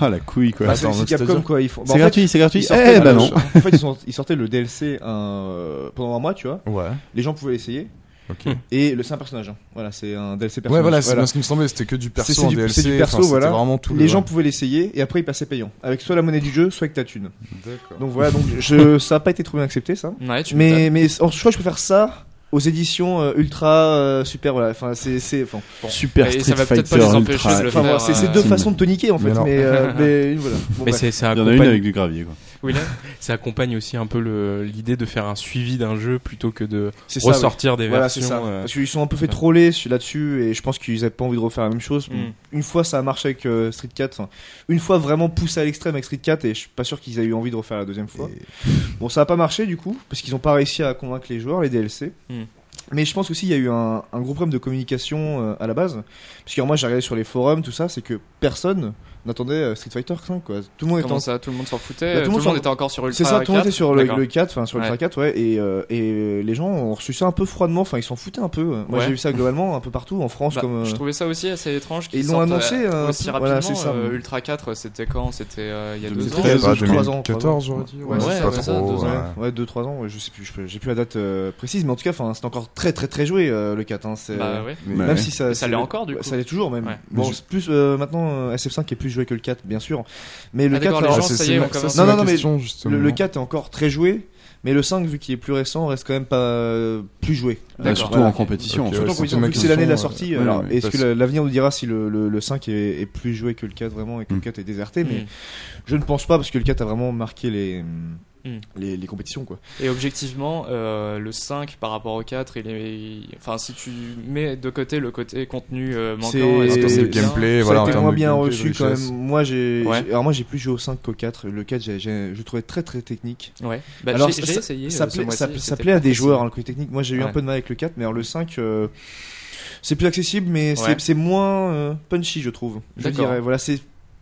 Ah, la couille, quoi.
Bah,
Attends,
c'est
mais
Capcom
c'est-à-dire
quoi. Ils font... bah,
C'est
en fait,
gratuit, c'est
ils
gratuit.
sortaient-
Eh bah
alors,
non.
En fait, ils, sont- ils sortaient le DLC un- euh, pendant un mois, tu vois.
Ouais,
Les gens pouvaient l'essayer.
ok.
Et le c'est un personnage. hein. Voilà, c'est un DLC personnage.
Ouais, voilà, c'est
Voilà.
bien ce qui me semblait, c'était que du
C'est-
perso
c'est
en
du-
DLC.
c'est du perso,
enfin, c'était
voilà.
vraiment tout
Les
le-
gens pouvaient l'essayer et après ils passaient payant. Avec soit la monnaie du jeu, soit avec ta thune.
Bah. D'accord.
Donc voilà, donc je... ça a pas été trop bien accepté ça.
Ouais, tu m'étonnes.
Mais, mais en- je crois que je préfère ça aux éditions euh, ultra euh, super. Voilà, enfin, c'est. c'est- Enfin,
Super
Et ça
Street
va peut-être pas
Fighter
les empêcher
Ultra.
de le
enfin,
faire,
voilà, c'est c'est
euh,
deux
Sim.
façons de toniquer en fait.
Mais non.
Mais, euh, mais voilà. Bon,
Mais
bref.
c'est, ça,
Il y en a une
accompagne-
avec du gravier, quoi.
Willem
ça accompagne aussi un peu le- l'idée de faire un suivi d'un jeu plutôt que de
C'est ça, oui.
ressortir des
Voilà, c'est
versions.
ça.
euh,
Parce qu'ils sont un peu fait troller su- là-dessus et je pense qu'ils avaient pas envie de refaire la même chose.
Mm.
Une fois ça a marché avec euh, Street 4, enfin, une fois vraiment poussé à l'extrême avec Street 4 et je suis pas sûr qu'ils aient eu envie de refaire la deuxième fois. Bon, ça a pas marché du coup parce qu'ils ont pas réussi à convaincre les joueurs, les DLC.
Mm.
Mais je pense aussi il y a eu un, un gros problème de communication euh, à la base. Parce que alors, moi j'ai regardé sur les forums, tout ça, c'est que personne n'attendait euh, Street Fighter 5 quoi. Tout le monde était
Comment
en
ça Tout le monde s'en foutait
Bah,
Tout le monde
s'en-
était encore sur Ultra
c'est ça, tout le monde
4?
était sur le,
D'accord.
le 4, enfin sur le
Ouais.
4, ouais, et, euh, et les gens ont reçu ça un peu froidement, enfin ils s'en foutaient un peu. Moi
Ouais.
j'ai vu ça globalement un peu partout, en France
Bah,
comme. euh,
Je trouvais ça aussi assez étrange. qu'ils
ils l'ont
sortent, euh,
annoncé, euh,
aussi
voilà,
rapidement.
c'est ça.
euh, Ultra 4, c'était quand C'était euh, il y a deux ans.
2013,
bah,
deux, trois ans,
2014,
trois ans.
j'aurais dit.
Ouais,
Ouais,
ouais,
c'est pas
ouais, ça,
trop.
deux
ouais.
ans.
Ouais, 2-3 ans, ouais, je sais plus, je peux- j'ai plus la date euh, précise, mais en tout cas, enfin, c'est encore très très très joué euh, le 4. Hein, c'est-
Bah ouais.
Mais
Même
ouais.
si ça,
Mais ça
c'est-
l'est encore, du
ouais,
coup.
Ça l'est toujours même.
Ouais.
Bon,
Mais je-
c'est plus euh, maintenant euh, SF5 est plus joué que le 4, bien sûr. Mais le
Ah,
4,
d'accord, les
alors,
gens,
Ah, c'est-
ça y
c'est
est,
ma-
on commence.
c'est
Non,
ma
non, non, mais
question,
le, le
justement.
4 est encore très joué, mais le 5 vu qu'il est plus récent reste quand même pas euh, plus joué.
Ah,
D'accord.
Surtout
Voilà.
en compétition.
Ok,
en fait.
ouais.
Surtout en
c'était
compétition,
ma
vu que c'est l'année de la
question,
sortie,
euh, ouais,
alors
ouais,
est-ce
parce-
que la- l'avenir nous dira si le, le, le 5 est, est plus joué que le 4 vraiment et que le
Mm.
4 est déserté Mais
Mm.
je ne pense pas parce que le 4 a vraiment marqué les,
Mm.
les, les compétitions. quoi.
Et objectivement, euh, le 5 par rapport au 4, il est. Enfin, si tu mets de côté le côté contenu euh, manquant,
C'est-
est-ce
En
que
termes
c'est
de
bien
gameplay,
Ça
voilà, en
a été
termes
moins
de
bien
gameplay, de
reçu quand
richesse.
même. Moi, j'ai,
Ouais.
j'ai- alors moi j'ai plus joué au 5 qu'au 4. Le 4, j'ai, j'ai- je trouvais très très technique.
Ouais. Bah,
Alors,
j'ai
ça-
j'ai essayé.
ça,
euh, ce
plaît,
mois-ci,
ça-
c'était
ça
pas
plaît à des
facile.
joueurs, hein, le côté technique. Moi j'ai eu
Ouais.
un peu de mal avec le 4, mais alors le 5, euh, c'est plus accessible, mais
Ouais.
c'est, c'est moins euh, punchy, je trouve. Je
D'accord.
dirais, voilà, c'est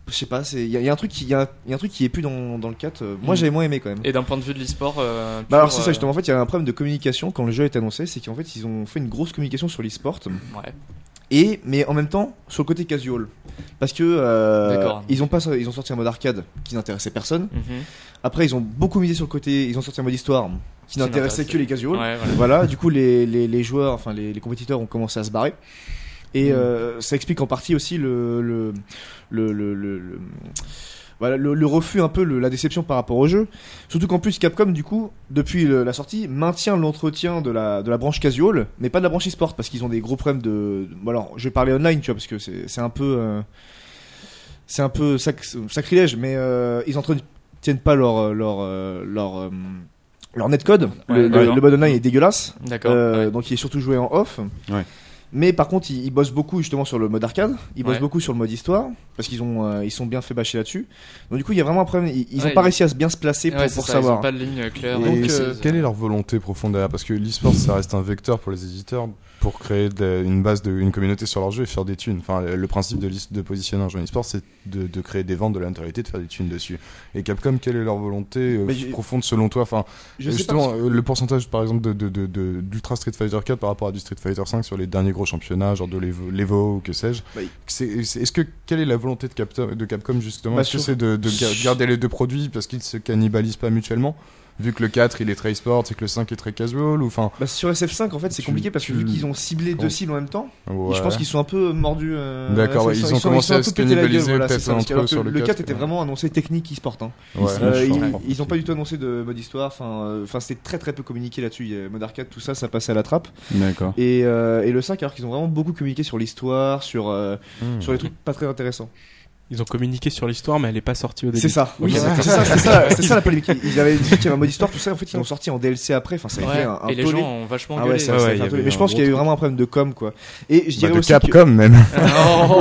je sais pas, c'est il y, a- il y a un truc qui il y a, il y a un truc qui est plus dans, dans le 4. euh, Moi
Mm.
j'avais moins aimé quand même.
Et d'un point de vue de l'e-sport. euh,
Bah alors
pur,
c'est
euh,
ça justement en fait il y a un problème de communication quand le jeu est annoncé c'est qu'en fait ils ont fait une grosse communication sur l'e-sport
Ouais.
et mais en même temps sur le côté casual parce que euh,
D'accord.
ils ont pas ils ont sorti un mode arcade qui n'intéressait personne
Mhm.
après ils ont beaucoup misé sur le côté ils ont sorti un mode histoire qui
Qui
n'intéressait
n'intéressait-
que les casuals
Ouais, voilà.
voilà, du coup, les, les, les joueurs, enfin les, les compétiteurs ont commencé à se barrer. Et
Mm.
euh, ça explique en partie aussi le, le, le, le, le- le- voilà, le, le refus, un peu le- la déception par rapport au jeu. Surtout qu'en plus, Capcom, du coup, depuis le- la sortie, maintient l'entretien de la, de la branche casual, mais pas de la branche e-sport, parce qu'ils ont des gros problèmes de. de- bon, alors, je vais parler online, tu vois, parce que c'est c'est un peu. euh, c'est un peu sac- sacrilège, mais euh, ils entretiennent pas leur. leur, euh, leur, euh, leur netcode,
Ouais,
le, le,
d'accord.
le mode online est dégueulasse,
D'accord.
euh,
ouais.
donc il est surtout joué en off.
Ouais.
Mais par contre, ils, ils bossent beaucoup justement sur le mode arcade, ils bossent
Ouais.
beaucoup sur le mode histoire, parce qu'ils ont euh, ils sont bien fait bâcher là-dessus. Donc du coup, il y a vraiment un problème, ils, ils ont
Ouais,
pas
ils-
réussi à se bien se placer pour,
Ouais, c'est
pour
ça, Ils
savoir.
ont pas de ligne claire.
Et
Donc,
c'est-
euh,
Quelle est leur volonté profonde derrière Parce que l'e-sport, ça reste un vecteur pour les éditeurs pour créer de- une base, de, une communauté sur leur jeu et faire des thunes. Enfin, le le principe de, l'e- de positionner un jeu en e-sport, c'est de, de créer des ventes de l'intériorité, de faire des thunes dessus. Et Capcom, quelle est leur volonté euh,
Mais j'ai-
profonde selon toi enfin,
Je sais pas,
Justement, euh, le pourcentage, par exemple, de- de- de- de- d'Ultra Street Fighter 4 par rapport à du Street Fighter 5 sur les derniers gros championnats, genre de l'Evo l'Evo ou que sais-je.
Bah, il-
c'est- c'est- Est-ce que quelle est la volonté de, Capto- de Capcom justement
Bah,
Est-ce que
sur-
c'est de, de ga- garder les deux produits parce qu'ils se cannibalisent pas mutuellement Vu que le 4 il est très sport et que le 5 est très casual ou enfin.
Bah, sur SF5, en fait, c'est
Tu-
compliqué parce que
tu-
vu qu'ils ont ciblé
Quand-
deux cibles en même temps,
ouais.
je pense qu'ils sont un peu mordus. euh,
D'accord, ouais,
sont-
ils ont commencé
un
à
peu
se
pété la gueule,
cannibaliser
voilà,
peut-être
c'est ça,
entre
parce que- alors
eux
que
sur le
le 4
quatre,
était
ouais.
vraiment annoncé technique e-sport. hein.
Ouais,
Euh,
je
ils,
comprends.
ils ont pas du tout annoncé de mode histoire, enfin, euh, enfin c'était très très peu communiqué là-dessus. Il y a Mode arcade, tout ça, ça passait à la trappe.
D'accord.
Et, euh, et le 5, alors qu'ils ont vraiment beaucoup communiqué sur l'histoire, sur, euh,
Hmm.
sur les trucs pas très intéressants.
Ils ont communiqué sur l'histoire, mais elle est pas sortie au début.
C'est ça,
Oui,
Ok,
c'est
c'est ça, c'est ça, c'est ça la polémique. Ils avaient dit qu'il y avait un mode histoire, tout ça, en fait ils l'ont sorti en DLC après, enfin ça a
ouais,
été un, un
et les
tollé.
gens ont vachement
Ah ouais,
gueulé. hein.
ça,
Ouais,
ça a
ouais,
fait
il y
un tollé.
avait
Mais je
un
pense qu'il y a eu
gros
vraiment un problème de com quoi. Et je
Bah,
dirais
de
aussi. que-
Capcom même.
Oh,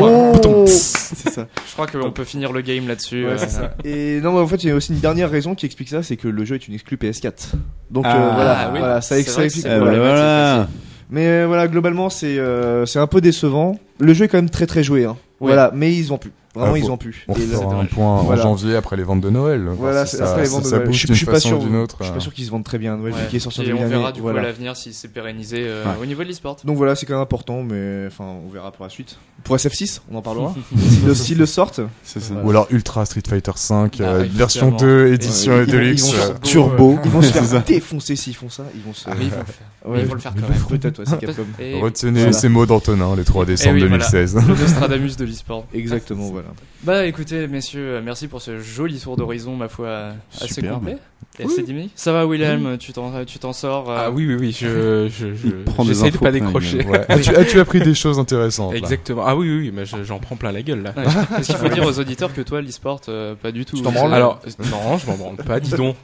Oh C'est ça.
je crois qu'on peut finir le game là-dessus.
Ouais,
euh,
c'est ça. Et non, mais en fait, il y a aussi une dernière raison qui explique ça, c'est que le jeu est une exclue PS4. Donc
Ah,
euh, voilà,
oui,
voilà, ça
c'est
ex- ça
vrai que
explique.
c'est
Eh ben
voilà.
problématique,
voilà.
Mais euh, voilà, globalement, c'est euh, c'est un peu décevant. Le jeu est quand même très très joué. Hein.
Ouais.
Voilà, mais ils ont pu. Vraiment,
Ah,
ils
faut-
ont pu.
On
Et là-
fera un
dommage.
point
Voilà.
en janvier après les ventes de Noël. voir
Voilà,
si
c'est
ça,
après les
si
ventes de
ça
Noël.
bouge
Je- je
d'une
suis pas
façon
sûr,
ou d'une autre. hein.
Je
euh,
suis pas sûr qu'ils se vendent très bien. Ouais,
Ouais.
vu qu'il est sorti en
Et on
2009,
verra du coup
voilà.
à l'avenir si c'est pérennisé euh,
Ouais.
au niveau de l'e-sport.
Donc voilà, c'est quand même important, mais enfin, on verra pour la suite. Pour SF6, on en parlera. S'ils le, s'ils le sortent,
C'est ça.
Ou alors Ultra Street Fighter 5,
Ah,
euh,
évidemment.
version 2, édition
Bah, ils, vont-
Deluxe.
ils vont
euh,
se- turbo, ils vont se faire défoncer s'ils font ça. Ils vont se.
Ah, mais ils vont le faire. Mais
Ouais.
Ils vont le faire quand même.
Peut-être, ouais, c'est Capcom.
Et
Retenez
Voilà.
ces mots d'Antonin, le 3 décembre
oui, voilà.
2016.
le Nostradamus de l'e-sport.
Exactement, voilà.
Bah écoutez, messieurs, euh, merci pour ce joli tour d'horizon, ma foi, euh, assez
Superbe.
complet. Et assez dimi. Ça va, Wilhelm, tu t'en tu t'en sors euh,
Ah oui, oui, oui, je, je, je,
Il prend des
j'essaie de
infos
pas
plein la
décrocher.
Ouais. As-tu as-tu appris des choses intéressantes là
Exactement. Ah oui, oui, oui, mais je- j'en prends plein la gueule là.
ouais, Parce qu'il faut dire aux auditeurs que toi, l'e-sport, euh, pas du tout.
Je t'en branle.
Alors, euh, non, je m'en branle pas, dis donc.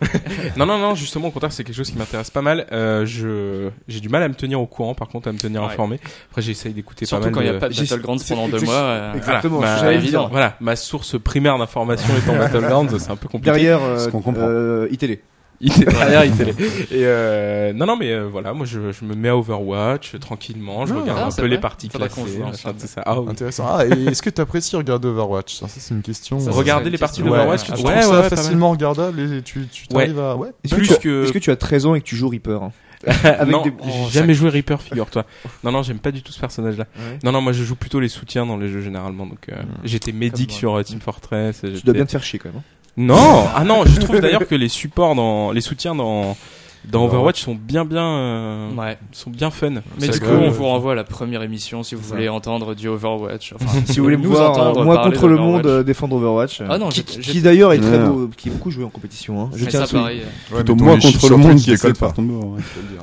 non, non, non, justement, au contraire, c'est quelque chose qui m'intéresse pas mal. Euh, je, j'ai du mal à me tenir au courant, par contre, à me tenir
Ouais.
informé. Après, j'essaye d'écouter
Surtout
pas mal
quand il
de...
n'y a pas de
J'ai-
Battlegrounds
c'est-
pendant deux
exact-
mois. euh,
Exactement,
voilà,
c'est
ma,
jamais évident.
voilà, ma source primaire d'information étant Battlegrounds, c'est un peu compliqué.
Derrière,
Ce
euh,
qu'on comprend.
euh, ITL.
Il est derrière, il télé. Et euh, non, non, mais euh, voilà, moi je, je me mets à Overwatch euh, tranquillement, je
Ah,
regarde
ah,
un
c'est
peu les
vrai.
parties
Faudra
classées,
qu'on se lance
machin,
là-dedans.
tout ça. Ah, oui.
Intéressant. Ah, et est-ce que t'apprécies regarder Overwatch Ça, ça, c'est une question.
Ça,
euh,
ça, c'est
Regarder
une
les parties
question.
d'Overwatch,
Ouais,
tu
tu
ouais,
trouves
ouais,
ça
ouais, pas mal.
facilement regardable et tu tu
Ouais.
t'arrives à ouais.
Est-ce que,
Plus
tu as-
que-
est-ce que tu as 13 ans et que tu joues Reaper hein Avec
non,
des-
j'ai jamais joué Reaper, figure-toi. Non, non, j'aime pas du tout ce personnage-là.
Ouais.
Non, non, moi je joue plutôt les soutiens dans les jeux généralement. Donc, euh, j'étais médic
moi.
sur euh, Team Fortress.
Tu
j'étais-
dois bien te faire chier quand même. hein.
Non, ah non, je trouve d'ailleurs que les supports dans les soutiens dans dans
Alors,
Overwatch sont bien, bien, euh,
Ouais.
sont bien fun.
Mais
Ça
du
que-
coup, on vous renvoie à la première émission si vous
Ça.
voulez entendre du Overwatch. Enfin,
Si vous voulez me
nous
voir,
entendre
euh, moi
parler
contre le
d'Overwatch.
monde, euh, défendre Overwatch. euh,
Ah non,
qui,
j'ai-
qui-
j'ai-
qui d'ailleurs est très
Ouais.
beau- qui est beaucoup joué en compétition. Hein. Je
Mais
tiens à
ça,
le souligner.
pareil. euh,
Ouais, mais
Plutôt
ton-
moi
les chiffres
contre le
sur
monde
Twitch,
qui
ils
est
décollent
par ton bord. ouais.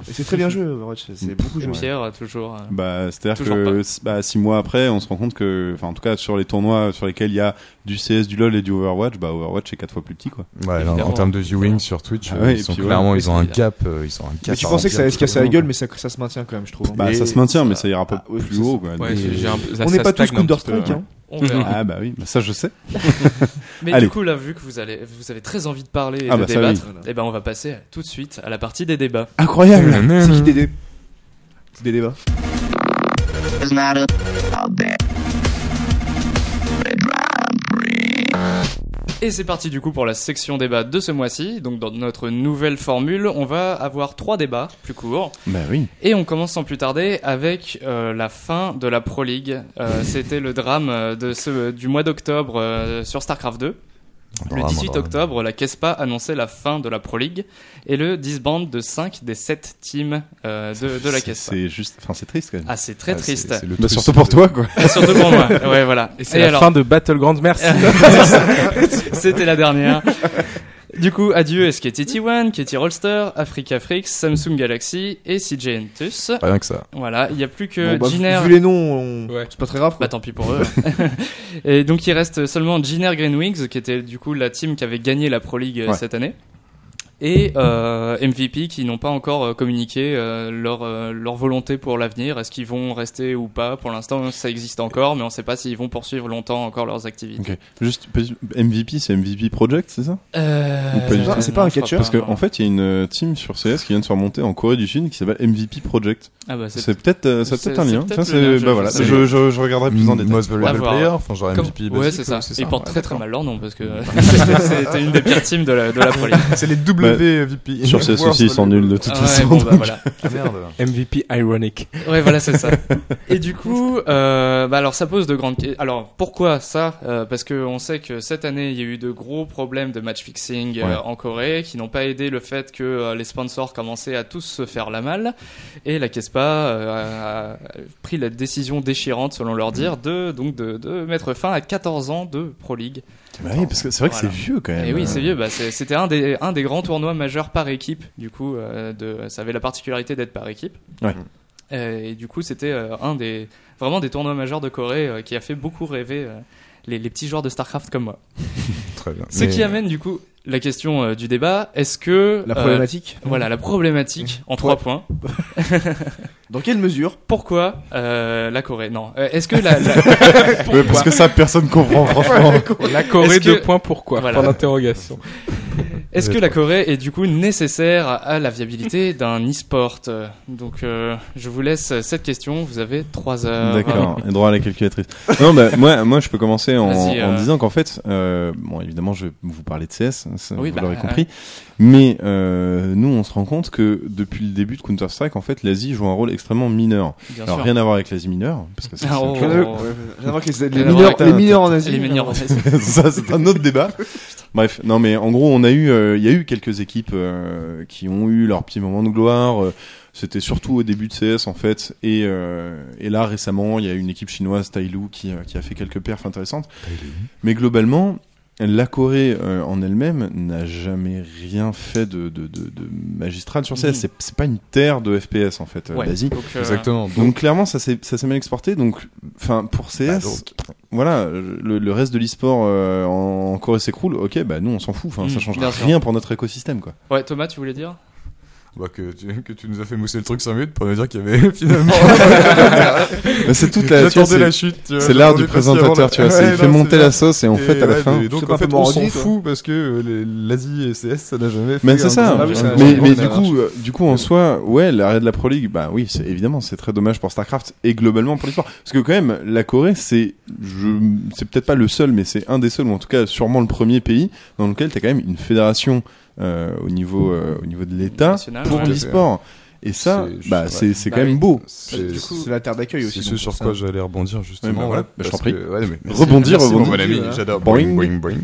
Et C'est très bien joué Overwatch, c'est beaucoup joué.
Pierre, euh, toujours. euh,
Bah, c'est-à-dire
Toujours
que c- bah, six mois après, on se rend compte que, enfin, en tout cas, sur les tournois sur lesquels il y a du CS, du LoL et du Overwatch, bah, Overwatch est quatre fois plus petit, quoi.
Ouais, non, en termes de viewing sur Twitch,
Ah
euh,
ouais, et
ils sont
puis ouais.
clairement ils ont un
Qu'est-ce
gap, euh, ils ont un
Mais
gap.
tu pensais que ça allait se casser la
totalement,
gueule, mais ça, ça se maintient quand même, je trouve. hein.
Bah,
Et
ça se maintient, mais
ça-
ça ira pas
ah, oui,
plus
c'est
haut, quoi.
Ouais,
Et-
j'ai un peu- ça-
On
ça
n'est pas tous
stagne un
Counter
petit peu,
Strike.
ouais.
hein.
On verra.
Ah, bah oui, bah, ça, je sais.
Mais
Allez.
du coup, là, vu que vous, allez, vous avez très envie de parler et
Ah
de
bah ça,
débattre,
oui.
eh ben, on va passer tout de suite à la partie des débats.
Incroyable!
C'est qui Dédé C'est Dédé va.
It's not a out there. Grand Prix.
Et c'est parti du coup pour la section débat de ce mois-ci. Donc dans notre nouvelle formule, on va avoir trois débats plus courts.
Bah oui.
Et on commence sans plus tarder avec euh, la fin de la Pro League. Euh, C'était le drame euh, de ce, du mois d'octobre euh, sur StarCraft 2. Le 18 octobre, la KESPA annonçait la fin de la Pro League et le disband de 5 des 7 teams euh, de, de la
C'est-
KESPA.
C'est juste, enfin, c'est triste quand même.
Ah, c'est très triste.
Bah, surtout pour toi, quoi.
Surtout pour moi. Ouais, voilà.
Et c'est la fin de Battlegrounds, merci.
C'était la dernière. Du coup, adieu SKTT One, Katie Rollster, Africa Freaks, Samsung Galaxy et CJ Entus.
Rien que ça.
Voilà, il n'y a plus que
Bon, bah,
Jiner.
Vu les noms, on-
Ouais.
c'est pas très grave.
Bah
quoi.
tant pis pour eux. et donc il reste seulement Jiner Greenwings, qui était du coup la team qui avait gagné la Pro League euh,
Ouais.
cette année, et euh, MVP qui n'ont pas encore euh, communiqué euh, leur, euh, leur volonté pour l'avenir. Est-ce qu'ils vont rester ou pas Pour l'instant ça existe encore, mais on ne sait pas s'ils vont poursuivre longtemps encore leurs activités.
Ok. Juste petit- MVP, c'est MVP Project, c'est ça
Euh,
Ou pas du tout
C'est pas un
non, je crois
catcheur
Parce que
non.
en fait, il y a une euh, team sur CS qui vient de se remonter en Corée du Sud qui s'appelle MVP Project.
Ah bah, c'est
C'est peut-être, euh, ça a
c'est-
peut-être un
c'est
lien.
peut-être
Ça,
le
c'est,
lien, je-
bah voilà.
je-
Je, je, je regarderai plus en détail.
Most Valuable
Avoir-
Player, enfin genre
Comme-
MVP.
ouais,
basique,
c'est ça.
quoi,
Ils portent
Ouais,
très très
d'accord.
mal leur nom parce que c'était c'était une des pires teams de la, de la Pro League.
C'est les WVP.
Sur CS aussi, ils sont nuls de toute
Ouais,
façon.
bon, bah, voilà.
Ah, merde.
MVP Ironic.
Ouais, voilà, c'est ça. Et du coup, euh, bah alors ça pose de grandes questions. Alors pourquoi ça Euh, Parce que on sait que cette année, il y a eu de gros problèmes de match fixing euh,
Ouais.
en Corée, qui n'ont pas aidé le fait que euh, les sponsors commençaient à tous se faire la malle. Et la KESPA euh, a pris la décision déchirante, selon leur dire, de donc de, de mettre fin à 14 ans de Pro League.
Bah oui, parce que c'est vrai que
Voilà.
c'est vieux quand même.
Et oui, c'est
Euh,
vieux. Bah, c'est- C'était un des, un des grands tournois majeurs par équipe. Du coup, euh, de, ça avait la particularité d'être par équipe.
Ouais.
Euh, et du coup, c'était euh, un des vraiment des tournois majeurs de Corée euh, qui a fait beaucoup rêver euh, les, les petits joueurs de Starcraft comme moi.
Très bien.
Ce
Mais-
qui amène du coup la question euh, du débat est-ce que
La
euh,
problématique.
voilà la problématique en trois points.
Dans quelle mesure
Pourquoi euh, la Corée Non. Euh, est-ce que la, la-
ouais, parce que ça, personne comprend, franchement.
La Corée,
Est-ce que-
deux points pourquoi
Voilà.
Point d'interrogation.
Est-ce que la Corée est du coup nécessaire à la viabilité d'un e-sport Euh, Donc euh, je vous laisse cette question, vous avez 3 heures.
D'accord, et droit à la calculatrice. Non, bah, moi, moi, je peux commencer en,
Vas-y,
en
euh.
disant qu'en fait, euh, bon, évidemment, je vais vous parler de CS, ça,
Oui,
vous
bah,
l'aurez
euh.
compris. Mais euh, nous, on se rend compte que depuis le début de Counter Strike, en fait, l'Asie joue un rôle extrêmement mineur.
Bien
Alors,
sûr.
rien à voir avec l'Asie mineure, parce que ça, c'est
Ah,
autre
oh.
chose.
Rien à voir avec les, les
Rien à voir
mineurs,
avec
la-
les mineurs en Asie.
Les meilleurs.
ça c'est un autre débat. Bref, non mais en gros, on a eu, euh, il y a eu quelques équipes euh, qui ont eu leur petit moment de gloire. euh, C'était surtout au début de CS en fait, et, euh, et là récemment, il y a une équipe chinoise Tailu qui, euh, qui a fait quelques perfs intéressantes. Mais globalement, la Corée euh, en elle-même n'a jamais rien fait de, de, de- de magistral sur CS.
Mhm.
C'est c'est pas une terre de FPS en fait, euh,
Ouais.
l'Asie.
Donc, euh,
Exactement. Donc,
Donc clairement, ça s'est ça s'est mal exporté. Donc, enfin pour CS,
bah, donc,
voilà, le, le reste de l'e-sport euh, en, en Corée s'écroule, ok, bah nous on s'en fout, enfin
Mm,
ça changera
bien sûr.
rien pour notre écosystème quoi.
Ouais, Thomas, tu voulais dire
bah, que, tu, que tu nous as fait mousser le truc 5 minutes pour nous dire qu'il y avait finalement.
Bah, c'est toute la, tu vois,
J'attendais la
c'est,
chute. tu vois,
c'est l'art
j'attendais
du
pas si avant
présentateur,
la-
tu vois,
Ouais,
c'est, il
non,
fait monter
vrai.
la sauce et en fait à la
ouais,
fin.
et
C'est
donc
pas
en fait
pour
on
Morandi,
s'en
toi.
fout parce que euh, les- l'Asie et CS ça n'a jamais fait.
Mais c'est
un
ça.
truc.
Ah oui, ça-
mais
ça-
mais
ça-
du
ça-
coup, euh, du coup en soi, ouais, l'arrêt de la Pro League, bah oui, c'est évidemment, c'est très dommage pour Starcraft et globalement pour l'e-sport, parce que quand même, la Corée, c'est, je, c'est peut-être pas le seul, mais c'est un des seuls, ou en tout cas sûrement le premier pays dans lequel t'as quand même une fédération euh, au niveau, euh, au niveau de l'État
National,
pour
ouais.
l'e-sport. Et ça,
C'est juste-
bah,
ouais.
c'est, c'est quand
Bah
même
oui.
beau.
C'est
Du coup,
C'est la terre d'accueil aussi.
c'est ce
donc,
sur
ça.
quoi j'allais rebondir
Ouais, bah voilà,
justement. voilà,
bah, je
parce
t'en prie.
que- ouais, mais merci.
Rebondir,
Merci,
rebondir.
mon bon ami,
Voilà.
j'adore.
Boing.
Boing, boing, boing.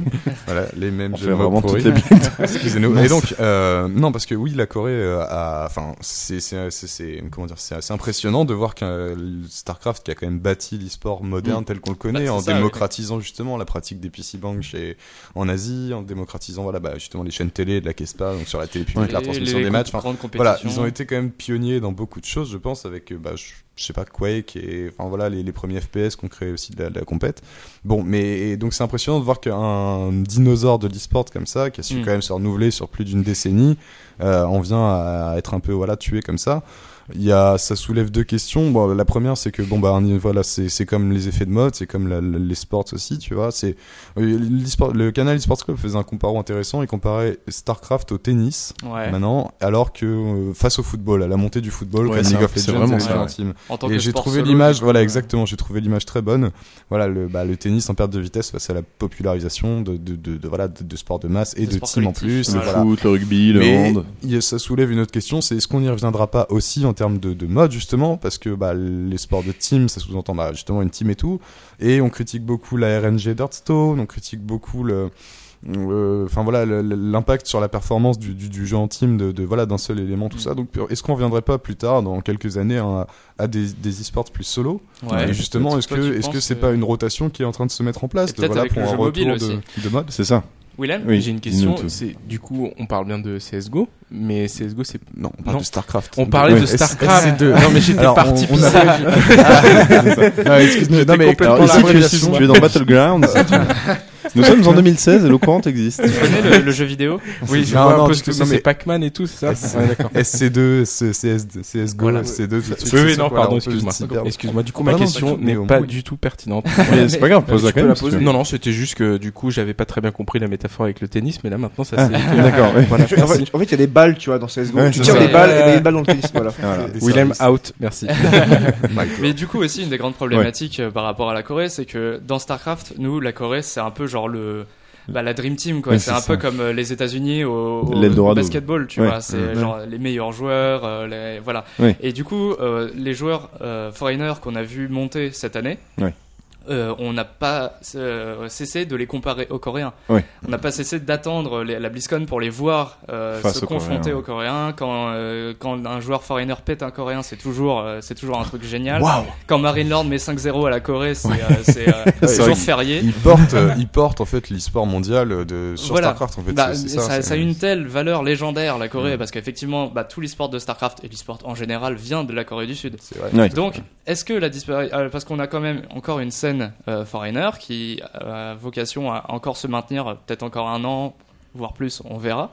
Voilà, les mêmes
On fait
jeux de mots
vraiment
pourris.
toutes les blagues.
Excusez-nous.
Mince.
Et donc, euh, non, parce que oui, la Corée euh, a, enfin, c'est, c'est, c'est- c'est- comment dire, c'est assez impressionnant de voir qu'un Starcraft qui a quand même bâti l'e-sport moderne tel qu'on le connaît,
Bah, c'est
en
ça,
démocratisant justement la pratique des PC bangs chez, en Asie, en démocratisant, voilà, bah, justement les chaînes télé, de la KESPA, donc sur la télé publique,
Et
la transmission
les
des matchs,
grandes
enfin,
compétitions.
voilà, ils ont été quand même pionniers dans beaucoup de choses, je pense, avec, euh, bah, je, je sais pas, Quake et, enfin voilà, les, les premiers FPS qu'on crée aussi de la, de la compète. Bon, mais et donc c'est impressionnant de voir qu'un dinosaure de l'e-sport comme ça, qui a su
Mm.
quand même se renouveler sur plus d'une décennie, euh, en vient à être un peu, voilà, tué comme ça. Il y a, ça soulève deux questions. Bon, la première, c'est que bon bah on y- voilà, c'est c'est comme les effets de mode, c'est comme la- la- les sports aussi, tu vois. C'est euh, l'e-sport- le canal eSports Club faisait un comparo intéressant. Il comparait Starcraft au tennis
Ouais.
maintenant, alors que euh, face au football, à la montée du football,
Ouais,
comme
c'est
League
un-
of
c'est
Legends
vraiment
et
ça,
Ultimate
ouais.
Team.
en tant
et
que
j'ai
sport
trouvé
solo,
l'image,
du coup,
voilà
euh,
exactement, j'ai trouvé l'image très bonne. Voilà, le, bah, le tennis en perte de vitesse face à la popularisation de, de, de, de- voilà de, de sports de masse et
De
de,
sports
team en
collectifs,
plus.
Le
et voilà.
foot, le rugby, le
Mais
hand.
il- ça soulève une autre question, c'est est-ce qu'on n'y reviendra pas aussi en termes de, de mode justement, parce que bah, les sports de team, ça sous-entend bah, justement une team et tout, et on critique beaucoup la RNG d'Hearthstone, on critique beaucoup le le- Enfin voilà le- le- l'impact sur la performance du, du, du jeu en team de, de voilà d'un seul élément tout ça donc est-ce qu'on reviendrait pas plus tard dans quelques années hein, à des, des e-sports plus solo
ouais.
et justement est-ce
Toi, tu
que est-ce que
penses
c'est
que-
pas une rotation qui est en train de se mettre en place
Et
de,
peut-être
voilà
avec
pour
le
un
jeu mobile
retour
aussi.
de, de mode
C'est ça.
Willem
Oui,
J'ai une question,
dis-nous tout.
c'est du coup on parle bien de CS:GO, mais CS:GO c'est
non on
parle
de Starcraft
on parlait de StarCraft. Non mais j'étais
Alors,
parti
on- on
pour
a-
ça.
Non, excuse-moi, non, mais
complètement
alors,
la
ici,
tu es, si
tu-
tu es dans Battlegrounds. Nous sommes en 2016 et l'Occurrent existe.
Tu connais le, le jeu vidéo
Oui, je
Non,
vois un
non,
peu
parce
ce que
que-
c'est,
non, mais-
c'est Pac-Man et tout, c'est ça Ouais, d'accord.
SC2, C- CS2, CSGO,
Voilà.
FC2, tout de suite,
Oui, oui,
c'est
non,
sûr, voilà,
pardon,
on peut
excuse-moi.
se perdre.
Excuse-moi, du coup,
Ah,
ma
non, non,
question
t'inquiète,
n'est
mais au
pas
moins-
du tout pertinente.
Mais c'est pas grave,
Euh,
pose-la
tu
quand
peux
même.
la
si tu
poser
veux.
Non, non, c'était juste que du coup, j'avais pas très bien compris la métaphore avec le tennis, mais là maintenant, ça
Ah,
c'est.
D'accord, oui.
Voilà,
Tu- en
merci.
fait, en fait, il y a des balles, tu vois, dans CSGO.
Ouais,
tu
c'est
tires
ça.
des balles,
Ouais.
et des balles dans le tennis, voilà.
Voilà.
Des
Willem
services.
out, merci.
Mais du coup aussi une des grandes problématiques euh, par rapport à la Corée, c'est que dans Starcraft, nous la Corée c'est un peu genre le bah, la Dream Team quoi.
Ouais,
c'est
c'est
un
ça.
peu comme euh, les États-Unis au, au-
L'Eldorado.
au basketball, tu
Ouais.
vois. C'est
Ouais.
genre les meilleurs joueurs, euh, les- voilà.
Ouais.
Et du coup euh, les joueurs euh, foreigners qu'on a vu monter cette année.
Ouais.
euh, on n'a pas euh, cessé de les comparer aux Coréens.
Ouais.
On n'a pas cessé d'attendre les- la BlizzCon pour les voir euh,
Face
se
aux
confronter
Coréens.
aux Coréens. Quand euh, quand un joueur foreigner pète un Coréen, c'est toujours euh, c'est toujours un truc génial
Waouh
quand Marine Lord met 5-0 à la Corée, c'est euh, c'est, euh, c'est
vrai
jour
que-
férié.
Il porte, euh, il porte en fait l'e-sport mondial euh, de, sur
Voilà.
Starcraft en fait.
Bah,
c'est- c'est
ça,
c'est-
ça a une telle valeur légendaire la Corée parce qu'effectivement bah, tous les sports de Starcraft et l'e-sport en général vient de la Corée du Sud.
c'est vrai.
Ouais.
Donc est-ce que la disparition parce qu'on a quand même encore une scène euh, foreigner qui euh, a vocation à encore se maintenir euh, peut-être encore un an voire plus on verra.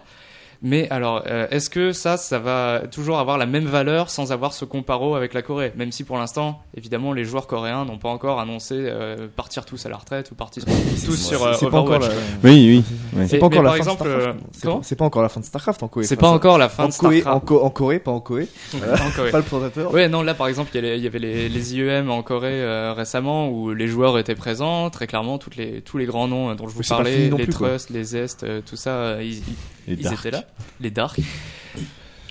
Mais alors, euh, est-ce que ça, ça va toujours avoir la même valeur sans avoir ce comparo avec la Corée Même si pour l'instant, évidemment, les joueurs coréens n'ont pas encore annoncé euh, partir tous à la retraite ou partir tous sur euh,
C'est pas encore
Overwatch.
la,
Oui, oui.
c'est
Et-
pas
mais
encore la
par
fin
exemple,
de Starcraft.
euh,
C'est
comment
pas- C'est pas encore la fin de Starcraft en Corée.
C'est
Enfin,
pas
ça-
encore la fin
en
de
Corée, en,
StarCraft.
Co- en Corée, pas en Corée.
En Corée.
Pas le prédateur.
Ouais, non, là par exemple, il y a les- il y avait les, les IEM en Corée euh, récemment où les joueurs étaient présents, très clairement, toutes les, tous les grands noms euh, dont je vous
Mais c'est pas
parlais,
fini non
les
plus, quoi.
Trusts, les Zest, euh, tout ça, euh, ils, ils-
Et
ils
Dark.
étaient là, les Dark.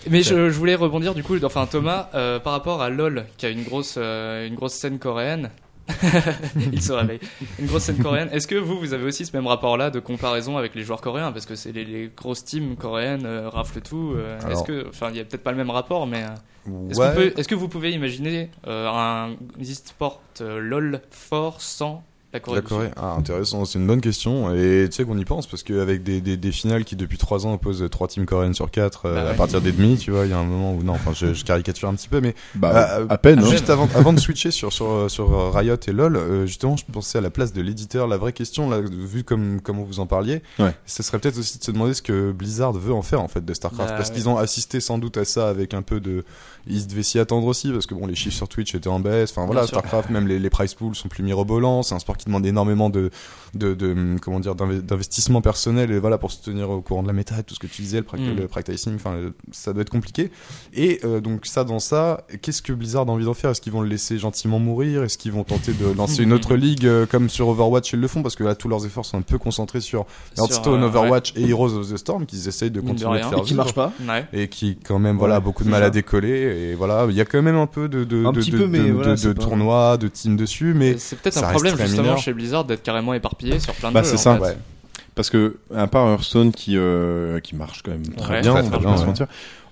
Mais je, je voulais rebondir du coup, enfin Thomas, euh, par rapport à LOL, qui a une grosse, euh, une grosse scène coréenne. Il se réveille. Une grosse scène coréenne. Est-ce que vous, vous avez aussi ce même rapport-là de comparaison avec les joueurs coréens Parce que c'est les, les grosses teams coréennes euh, raflent tout. euh, Est-ce
Alors-
que, enfin, il y a peut-être pas le même rapport, mais euh, est-ce
Ouais.
qu'on peut- est-ce que vous pouvez imaginer euh, un e-sport euh, LOL fort sans la Corée
La
du
Corée. Ah, intéressant, c'est une bonne question. Et tu sais qu'on y pense parce qu'avec des, des, des finales qui depuis 3 ans opposent 3 teams coréennes sur 4
Bah
à
ouais.
partir des demi, tu vois, il y a un moment où non, enfin je, je caricature un petit peu, mais
Bah,
Euh,
à peine, hein.
Juste avant, avant de switcher sur, euh, sur, sur Riot et LoL, euh, justement, je pensais à la place de l'éditeur. La vraie question, là, vu comme comment vous en parliez,
Ouais.
ce serait peut-être aussi de se demander ce que Blizzard veut en faire en fait de Starcraft,
Bah,
parce
ouais.
qu'ils ont assisté sans doute à ça avec un peu de, ils devaient s'y attendre aussi, parce que bon, les chiffres sur Twitch étaient en baisse. Enfin voilà,
Bien sûr.
Starcraft, même les, les prize pools sont plus mirobolants. C'est un sport qui demande énormément de, de, de comment dire, d'inve- d'investissement personnel et voilà pour se tenir au courant de la méta, et tout ce que tu disais, le, prac-
Mm.
le practicing. Enfin, le- ça doit être compliqué. Et euh, donc ça, dans ça, qu'est-ce que Blizzard a envie d'en faire Est-ce qu'ils vont le laisser gentiment mourir Est-ce qu'ils vont tenter de lancer une autre ligue euh, comme sur Overwatch ils le font Parce que là, tous leurs efforts sont un peu concentrés sur
Sud Sur,
Hearthstone,
euh,
Overwatch et Heroes of the Storm qu'ils essayent de
Mine de
continuer
rien.
de
Et
faire
Qui
vivre.
marche pas.
Sud euh, Ouais.
Et qui quand même voilà a beaucoup de mal à décoller et voilà il y a quand même un peu de de
Un
de,
petit
de,
peu, mais
de-
voilà,
de-
c'est
de
pas-
tournois de teams dessus mais
Et C'est peut-être
ça
un
reste
problème
très
justement
mineur.
chez Blizzard d'être carrément éparpillé sur plein de
Bah,
jeux,
c'est
en
ça.
fait.
ouais.
Parce que, à part Hearthstone qui, euh, qui marche quand même très
Ouais,
bien,
très,
on
très
va
bien,
pas se
ouais.
mentir.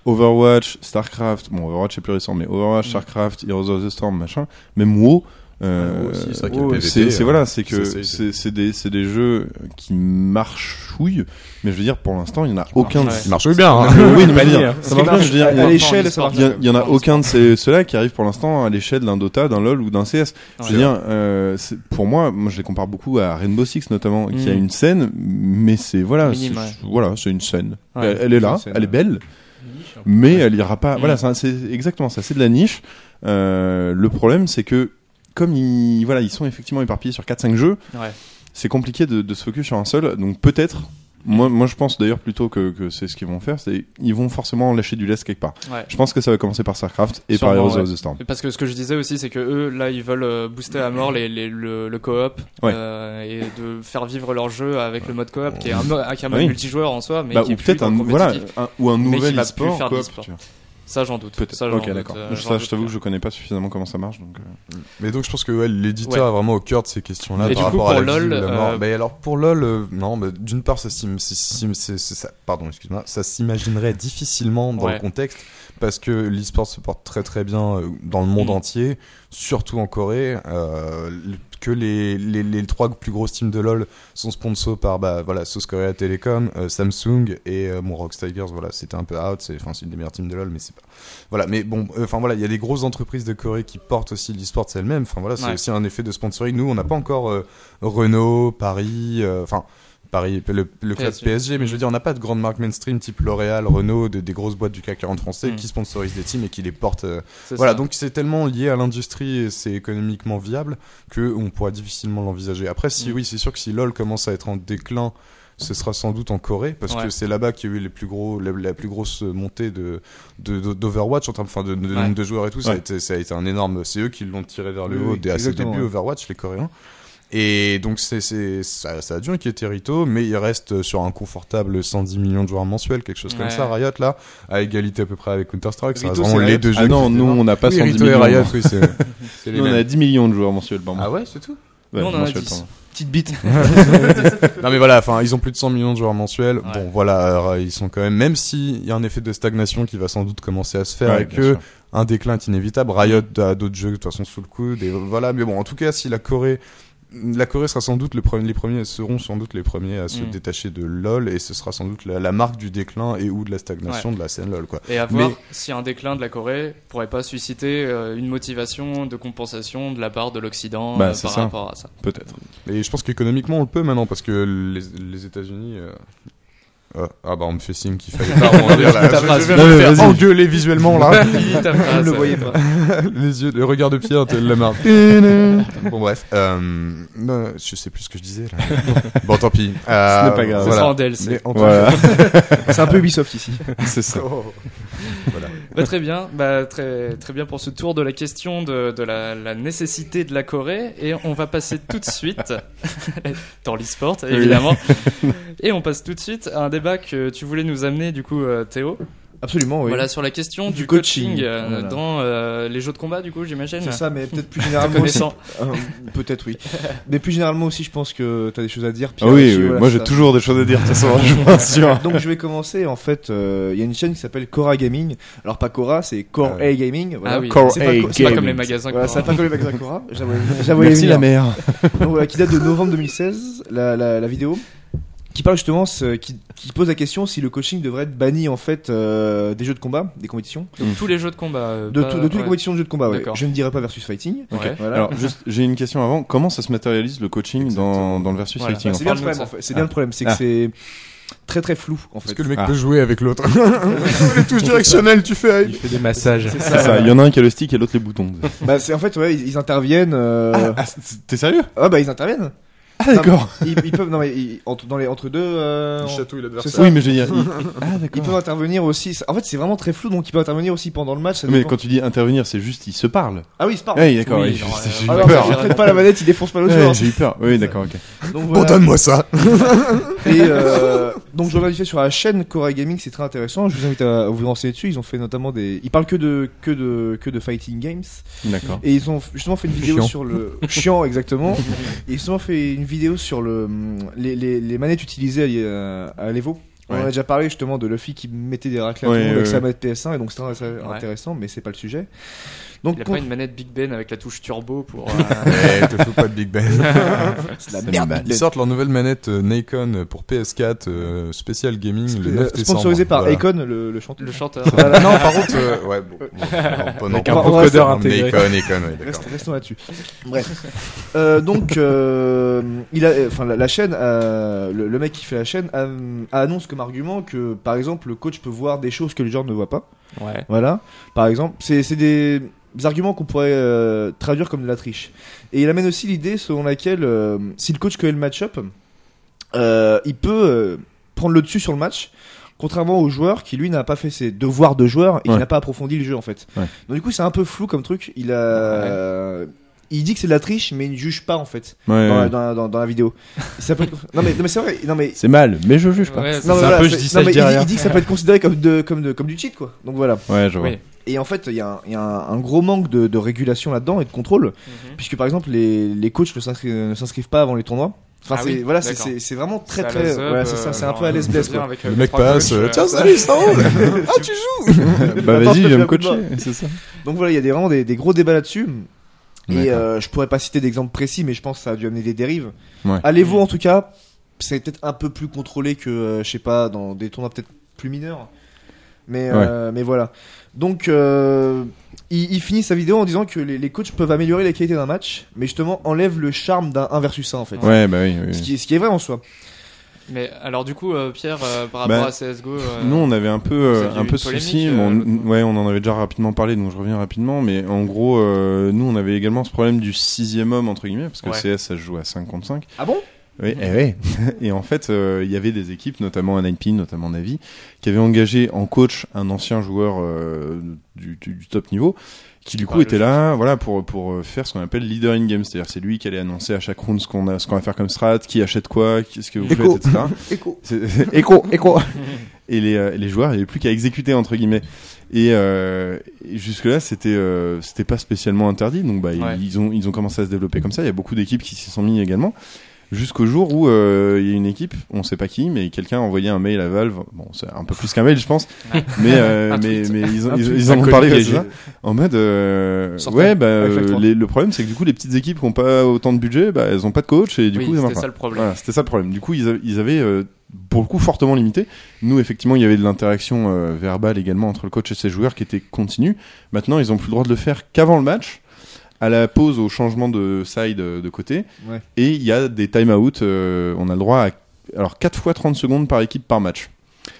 Overwatch, Starcraft, bon, Overwatch est plus récent, mais
Mm.
Overwatch, Starcraft, Heroes of the Storm, machin, même WoW.
Ouais,
euh,
WoW aussi, c'est vrai qu'il y a
WoW,
le
c'est
PVP,
c'est
euh,
voilà, c'est que
c'est-
c'est c'est des c'est des jeux qui marchouillent, mais je veux dire pour l'instant il n'y en a aucun. de-
marchent.
ils marchent bien hein.
Ah,
Oui, mais je veux dire, ça marche bien, je veux dire, il y
À
a-
l'échelle, Ah, ça
Sport,
marche.
il y, a- il y en a aucun de ces- ceux-là qui arrivent pour l'instant à l'échelle d'un Dota, d'un LoL ou d'un CS. C'est-à-dire, euh, c'est- pour moi, moi je les compare beaucoup à Rainbow Six notamment, qui
Mm.
a une scène, mais c'est voilà,
Minime,
c'est-
ouais.
voilà, c'est une scène.
Ouais.
elle, elle est là,
C'est une scène,
elle est
ouais.
belle, mais elle ira pas.
Mm.
Voilà, c'est un- c'est exactement ça, c'est de la niche. Euh, le problème, c'est que comme ils, voilà, ils sont effectivement éparpillés sur 4-5 jeux,
Ouais.
c'est compliqué de, de se focus sur un seul. Donc peut-être Moi, moi, je pense d'ailleurs plutôt que, que c'est ce qu'ils vont faire, c'est ils vont forcément lâcher du lest quelque part.
Ouais.
Je pense que ça va commencer par StarCraft et par
Sûrement,
Heroes
ouais.
of the Storm.
Parce que ce que je disais aussi, c'est que eux, là, ils veulent euh, booster à mort les, les- le, le coop
Ouais.
euh, et de faire vivre leur jeu avec le mode coop qui est un, mo- qui est un mode
Oui.
multijoueur en soi, mais
Bah,
qui est
ou
plus
peut-être
dans
un,
le
voilà,
compétitif.
un- ou un
Mais
nouvel
qu'il va plus
e-sport.
faire
coop,
d'e-sport.
tu vois.
Ça, j'en doute.
Peut-être.
Ça, j'en
Ok,
doute,
d'accord.
euh,
Je-
j'en
ça, je
doute.
t'avoue que je connais pas suffisamment comment ça marche. Donc, euh,
Mais donc je pense que ouais, l'éditeur
Ouais.
est vraiment au cœur de ces questions-là
Et
par
du coup,
rapport à la
pour
vie
LOL,
ou la mort.
euh,
Bah, alors pour LOL, euh, non, bah, d'une part ça s'im- si- si- c'est- c'est- ça- pardon, excuse-moi, ça s'imaginerait difficilement dans
Ouais.
le contexte parce que l'e-sport se porte très très bien euh, dans le monde
Mhm.
entier, surtout en Corée, euh, le- que les, les, les trois plus grosses teams de LOL sont sponsors par bah voilà, South Korea Telecom, euh, Samsung et euh, bon, Rock Tigers, voilà, c'était un peu out, c'est enfin c'est une des meilleures teams de LOL mais c'est pas voilà, mais bon, euh, enfin voilà, il y a des grosses entreprises de Corée qui portent aussi l'e-sport elles-mêmes. Enfin voilà, c'est
Ouais.
aussi un effet de sponsoring. Nous, on n'a pas encore euh, Renault, Paris, euh, enfin Paris, le, le club
PSG.
PSG, mais je veux dire, on n'a pas de grandes marques mainstream type L'Oréal, Renault, de- des grosses boîtes du CAC 40 français
Mm.
qui sponsorisent des teams et qui les portent. euh,
C'est
voilà,
ça.
donc c'est tellement lié à l'industrie et c'est économiquement viable que on pourra difficilement l'envisager. Après, si
Mm.
oui, c'est sûr que si LoL commence à être en déclin, ce sera sans doute en Corée parce
Ouais.
que c'est là-bas qu'il y a eu les plus gros, la, la plus grosse montée de de- de- d'Overwatch en termes, enfin, de, de, de
Ouais.
nombre de joueurs et tout. Ça, a
Ouais.
été, ça a été un énorme. C'est eux qui l'ont tiré vers le
Oui,
haut
oui,
dès à ses
exactement,
débuts
ouais.
Overwatch, les Coréens. Et donc c'est c'est- ça, ça a dû inquiéter Rito, mais il reste sur un confortable 110 millions de joueurs mensuels, quelque chose comme
Ouais.
ça. Riot là, à égalité à peu près avec Counter Strike, ça
Rito,
reste vraiment
c'est
les
Riot.
deux
Ah
jeux.
non,
qui-
nous on n'a pas
oui,
110
Rito et
millions.
Riot, oui, c'est c'est les
Nous, on
mêmes.
a 10 millions de joueurs mensuels par mois.
Ah ouais, c'est tout
Ouais,
Nous, on en a
mensuels,
10.
pardon.
Petite bite.
Non mais voilà, enfin, ils ont plus de 100 millions de joueurs mensuels.
Ouais.
Bon, voilà, alors, euh, ils sont quand même même s'il y a un effet de stagnation qui va sans doute commencer à se faire
Ouais,
et
bien
que
sûr.
un déclin est inévitable, Riot a d'autres jeux de toute façon sous le coude et voilà, mais bon, en tout cas, si la Corée la Corée sera sans doute le premier, les premiers seront sans doute les premiers à se
Mm.
détacher de LoL et ce sera sans doute la, la marque du déclin et ou de la stagnation de la scène LoL quoi.
Et à voir
Mais-
si un déclin de la Corée pourrait pas susciter euh, une motivation de compensation de la part de l'Occident
Bah,
euh,
c'est
par
ça.
rapport à ça.
Peut-être.
Et je pense qu'économiquement, on le peut maintenant parce que les, les États-Unis. euh, euh, ah bah, on me fait signe qu'il fallait pas rebondir là.
Ta
Je-
phrase.
Je vais
Non,
me
mais
faire
vas-y.
engueuler visuellement là.
Finis ta
Je ne
phrase,
le
euh,
voyais pas.
les yeux, le regard de Pierre, t'es de la main. bon, bref. Euh, non, je sais plus ce que je disais là. Bon, tant pis. Euh,
Ce n'est pas grave.
Ce
voilà.
sera en DLC.
Mais en tout
Voilà,
C'est un peu Ubisoft ici. Oh.
c'est ça.
voilà.
Bah, très bien, bah, très, très bien pour ce tour de la question de, de la, la nécessité de la Corée. Et on va passer tout de suite dans l'e-sport, évidemment. Et on passe tout de suite à un débat que tu voulais nous amener, du coup, euh, Théo.
Absolument, oui.
Voilà, sur la question du,
Du
coaching,
coaching,
euh,
voilà.
dans euh, les jeux de combat, du coup, j'imagine.
C'est ça, mais peut-être plus généralement aussi.
Connaissant.
Euh, Peut-être oui. Mais plus généralement aussi, je pense que t'as des choses à dire.
Ah
Pierre,
oui,
là-dessus,
oui,
voilà,
moi
c'est
j'ai
ça.
toujours des choses à dire, de toute façon, je suis pas
Ah
sûr.
Donc je vais commencer. En fait, euh, il y a une chaîne qui s'appelle Cora Gaming. Alors pas Cora, c'est Core
Ah
A Gaming. voilà.
Ah oui,
Core
c'est
A
pas, co- c'est pas
Gaming.
comme les magasins.
Voilà,
qu'on-
ça n'a pas collé avec la Cora. J'avais j'avais
Merci
venir.
la mère.
Donc, voilà, euh, qui date de novembre 2016, la, la, la vidéo, qui parle justement, ce- qui, qui pose la question si le coaching devrait être banni en fait euh, des jeux de combat, des compétitions,
Donc, tous les jeux de combat. euh,
Hmm. de,
pas-
tout- de toutes les
ouais.
compétitions de jeux de combat. ouais.
D'accord.
Je ne dirais pas versus fighting.
Ouais.
Ok.
Voilà.
Alors, juste, j'ai une question avant. Comment ça se matérialise le coaching dans, dans le versus
Voilà.
fighting
Bah,
c'est
enfin
parle-nous
bien le
de
problème.
ça.
en fait. C'est bien le problème, c'est que
Ah.
c'est très très flou en
Parce
fait.
que le mec
Ah.
peut jouer avec l'autre. les touches directionnelles, tu fais.
Il fait des massages.
C'est
C'est ça, il y en a un qui a le stick et l'autre les boutons.
Bah, c'est en fait ouais, ils, ils interviennent. euh,
Ah, c'est- T'es sérieux
ah, bah ils interviennent.
Ah d'accord.
Ils, ils peuvent non mais ils- entre dans les entre deux. euh,
Il chatouille l'adversaire.
ça.
Oui, mais je veux dire. il- Ah
ils peuvent
d'accord.
intervenir aussi. En fait, c'est vraiment très flou, donc ils peuvent intervenir aussi pendant le match. ça
Mais
dépend.
quand tu dis intervenir, c'est juste ils se parlent.
Ah oui, c'est pas.
Ah oui, d'accord.
Oui,
oui,
genre,
j'ai- j'ai eu
Alors,
peur.
il traite pas la manette, il défonce pas l'autre
Ouais,
joueur.
J'ai eu peur. Oui, d'accord. ok.
Donc
Bon,
voilà.
donne-moi ça.
Et euh, donc je reviens vite fait sur la chaîne Cora Gaming, c'est très intéressant. Je vous invite à vous renseigner dessus. Ils ont fait notamment des, ils parlent que de que de que de fighting games.
D'accord.
Et ils ont justement fait une vidéo
Chiant.
sur le chiant exactement. Et ils ont fait une vidéo sur le hum, les, les, les manettes utilisées à, euh, à l'Evo. On en
Ouais.
a déjà parlé justement de Luffy qui mettait des raclés à
Ouais,
tout le monde
ouais,
avec sa
ouais.
manette PS1 et donc c'était assez
Ouais.
intéressant, mais c'est pas le sujet. Donc
Il a
pour-
pas une manette Big Ben avec la touche turbo pour. euh,
Eh, te fous pas de Big Ben.
c'est de la
c'est
merde.
mal.
Ils sortent leur nouvelle manette euh, Nikon pour PS4 euh, spécial gaming le 9 décembre.
euh, Sponsorisé par
Voilà.
Icon, le, le chanteur.
le chanteur.
Voilà. non, par contre, euh, ouais, bon, bon, non,
Avec
pas-
un
non,
vocodeur
non,
intégré.
Nikon, Nikon, ouais, d'accord.
Reste- Restons là-dessus. Bref. Euh, donc, euh, il a, enfin, la, la chaîne, euh, le, le mec qui fait la chaîne a- a annonce comme argument que, par exemple, le coach peut voir des choses que le joueur ne voit pas.
Ouais.
Voilà. Par exemple, c'est c'est des des arguments qu'on pourrait euh, traduire comme de la triche. Et il amène aussi l'idée selon laquelle, euh, si le coach connaît le match-up, euh, il peut euh, prendre le dessus sur le match. Contrairement au joueur qui lui n'a pas fait ses devoirs de joueur et
Ouais.
qui n'a pas approfondi le jeu en fait.
Ouais.
Donc du coup c'est un peu flou comme truc. Il a, il dit que c'est de la triche mais il ne juge pas en fait
Ouais,
Bah, dans,
ouais.
la, dans la- dans- dans la vidéo. Ça peut être- Non mais, non, mais c'est vrai. Non mais
C'est mal, mais je juge pas.
Ouais,
non, mais
un
voilà,
peu, je
c'est-
dis
non,
ça, je
mais
dis
il,
rien.
il dit que ça peut être considéré comme, de, comme, de, comme du cheat quoi. Donc voilà.
Ouais, je vois.
Oui.
Et en fait, il y a, un, il y a un- un gros manque de, de régulation là-dedans et de contrôle,
Mhm.
puisque par exemple, les, les coachs ne s'inscri- ne s'inscrivent pas avant les tournois. Enfin,
Ah
c'est
oui,
voilà, c'est-
d'accord.
c'est c'est vraiment
C'est
très
à la
très.
sub,
voilà, c'est ça,
euh,
c'est un
genre,
peu à
euh,
l'es-blesses
bien
quoi.
avec, euh,
Le mec
trois
passe,
coachs,
euh,
euh,
tiens, salut, ça roule Ah, tu joues
Bah
Attends, je
vas-y,
te
viens
fais
me
un coup de
coacher,
bras.
c'est ça.
Donc voilà, il y a des, vraiment des, des gros débats là-dessus. Et
D'accord.
euh, je pourrais pas citer d'exemple précis, mais je pense que ça a dû amener des dérives.
Ouais.
À l'Evo, en tout cas, c'est peut-être un peu plus contrôlé que, euh, je sais pas, dans des tournois peut-être plus mineurs. Mais, euh, mais voilà. Donc, euh, il, il finit sa vidéo en disant que les, les coachs peuvent améliorer la qualité d'un match, mais justement enlève le charme d'un 1 versus 1 en fait.
Ouais, bah oui. oui, oui.
Ce, qui, ce qui est vrai en soi.
Mais alors du coup, euh, Pierre, euh, par
Bah,
rapport à CSGO, euh,
Nous, on avait un peu, euh,
aviez
un
eu
peu
une
ce
polémique,
souci.
euh,
mais on-
l'autre fois.
ouais, on en avait déjà rapidement parlé, donc je reviens rapidement. Mais en gros, euh, nous, on avait également ce problème du sixième homme, entre guillemets, parce que
Ouais.
le CS, ça se joue à 5 contre 5.
Ah bon
Oui, eh ouais. et en fait, euh, il y avait des équipes, notamment à 9 notamment Navi, qui avaient engagé en coach un ancien joueur euh, du, du- du top niveau, qui du coup
Ah,
était là, voilà, pour pour euh, faire ce qu'on appelle leader in game, c'est-à-dire c'est lui qui allait annoncer à chaque round ce qu'on a, ce qu'on va faire comme strat, qui achète quoi, qu'est-ce que vous faites,
Écho.
etc.
Écho.
C'est- écho, écho. et les, euh, les joueurs, il n'y avait plus qu'à exécuter entre guillemets. Et, euh, et jusque-là, c'était euh, c'était pas spécialement interdit. Donc bah, ils-
Ouais.
ils ont ils ont commencé à se développer comme ça. Il y a beaucoup d'équipes qui s'y sont mis également. Jusqu'au jour où euh, il y a une équipe, on sait pas qui, mais quelqu'un a envoyé un mail à Valve. Bon, c'est un peu plus qu'un mail, je pense.
Ouais.
mais euh,
Un
mais
tweet.
mais ils, ont-
Un
ils,
tweet,
ils
un
en ont parlé
colis
c'est ça, en mode euh,
Sortez
ouais bah
avec la
euh,
tour.
les- le problème c'est que du coup les petites équipes qui ont pas autant de budget, bah elles ont pas de coach et du
oui,
coup ils en ont
c'était
pas.
ça le problème.
Voilà, c'était ça le problème. Du coup, ils, a- ils avaient, euh, pour le coup, fortement limité. Nous, effectivement, il y avait de l'interaction euh, verbale également entre le coach et ses joueurs qui était continue. Maintenant, ils ont plus le droit de le faire qu'avant le match, à la pause, au changement de side euh, de côté.
Ouais.
Et il y a des time-out. euh, on a le droit à alors 4 fois 30 secondes par équipe par match.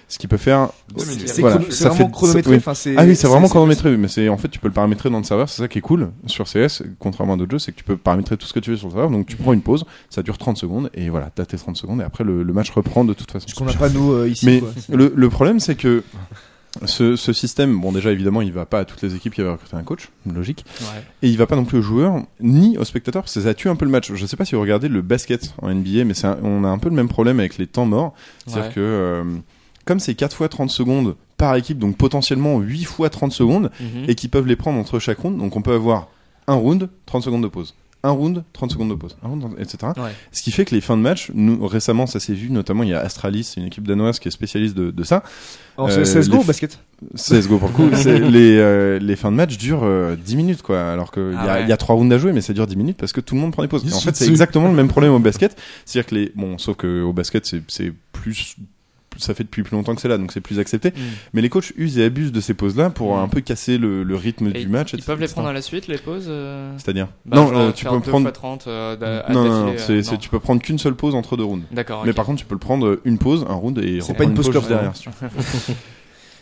Ce qui peut faire.
Deux minutes.
C'est
Voilà,
chrono- c'est
ça
vraiment
fait-
chronométré.
oui.
enfin, c'est-
Ah oui, c'est vraiment chronométré, oui, mais c'est en fait tu peux le paramétrer dans le serveur, c'est ça qui est cool sur CS, contrairement à d'autres jeux, c'est que tu peux paramétrer tout ce que tu veux sur le serveur, donc tu prends une pause, ça dure 30 secondes et voilà, t'as tes 30 secondes et après le, le match reprend de toute façon.
Ce qu'on n'a pas nous euh, ici.
Mais
quoi.
le, le problème, c'est que ce, ce système, bon, déjà évidemment, il va pas à toutes les équipes qui avaient recruté un coach, logique, et il va pas non plus aux joueurs ni aux spectateurs parce que ça tue un peu le match. Je sais pas si vous regardez le basket en NBA, mais c'est un- on a un peu le même problème avec les temps morts, c'est-à-dire
Ouais.
que euh, comme c'est 4 fois 30 secondes par équipe, donc potentiellement 8 fois 30 secondes
Mhm.
et qui peuvent les prendre entre chaque round. Donc on peut avoir un round, 30 secondes de pause. Un round, 30 secondes de pause. Un round, 30 etc.
Ouais.
Ce qui fait que les fins de match, nous, récemment, ça s'est vu, notamment il y a Astralis, c'est une équipe danoise qui est spécialiste de, de ça.
Alors,
euh,
c'est CSGO
les-
ou basket
CSGO pour le coup, c'est- les, euh, les fins de match durent euh, 10 minutes quoi, alors qu'il y,
Ah
a-
ouais.
il y a 3 rounds à jouer, mais ça dure 10 minutes parce que tout le monde prend des pauses. Et en fait,
Ils sont
c'est
dessus.
exactement le même problème au basket, c'est-à-dire que les. Bon, sauf qu'au basket, c'est- c'est plus. Ça fait depuis plus longtemps que c'est là, donc c'est plus accepté.
Mm.
Mais les coachs usent et abusent de ces pauses-là pour
Mm.
un peu casser le, le rythme
Et
du match.
Ils
etc.,
peuvent les
etc.
prendre à la suite, les pauses euh,
C'est-à-dire
bah,
Non,
genre
euh, tu
faire
peux
deux
prendre.
fois 30 euh, d'a- à
Non, non, non,
d'affilée, euh,
c'est- c'est- tu peux prendre qu'une seule pause entre deux rounds.
D'accord.
Mais
ok.
par contre, tu peux le prendre euh, une pause, un round et
C'est
reprendre
pas une pause
juste
clope,
derrière.
hein.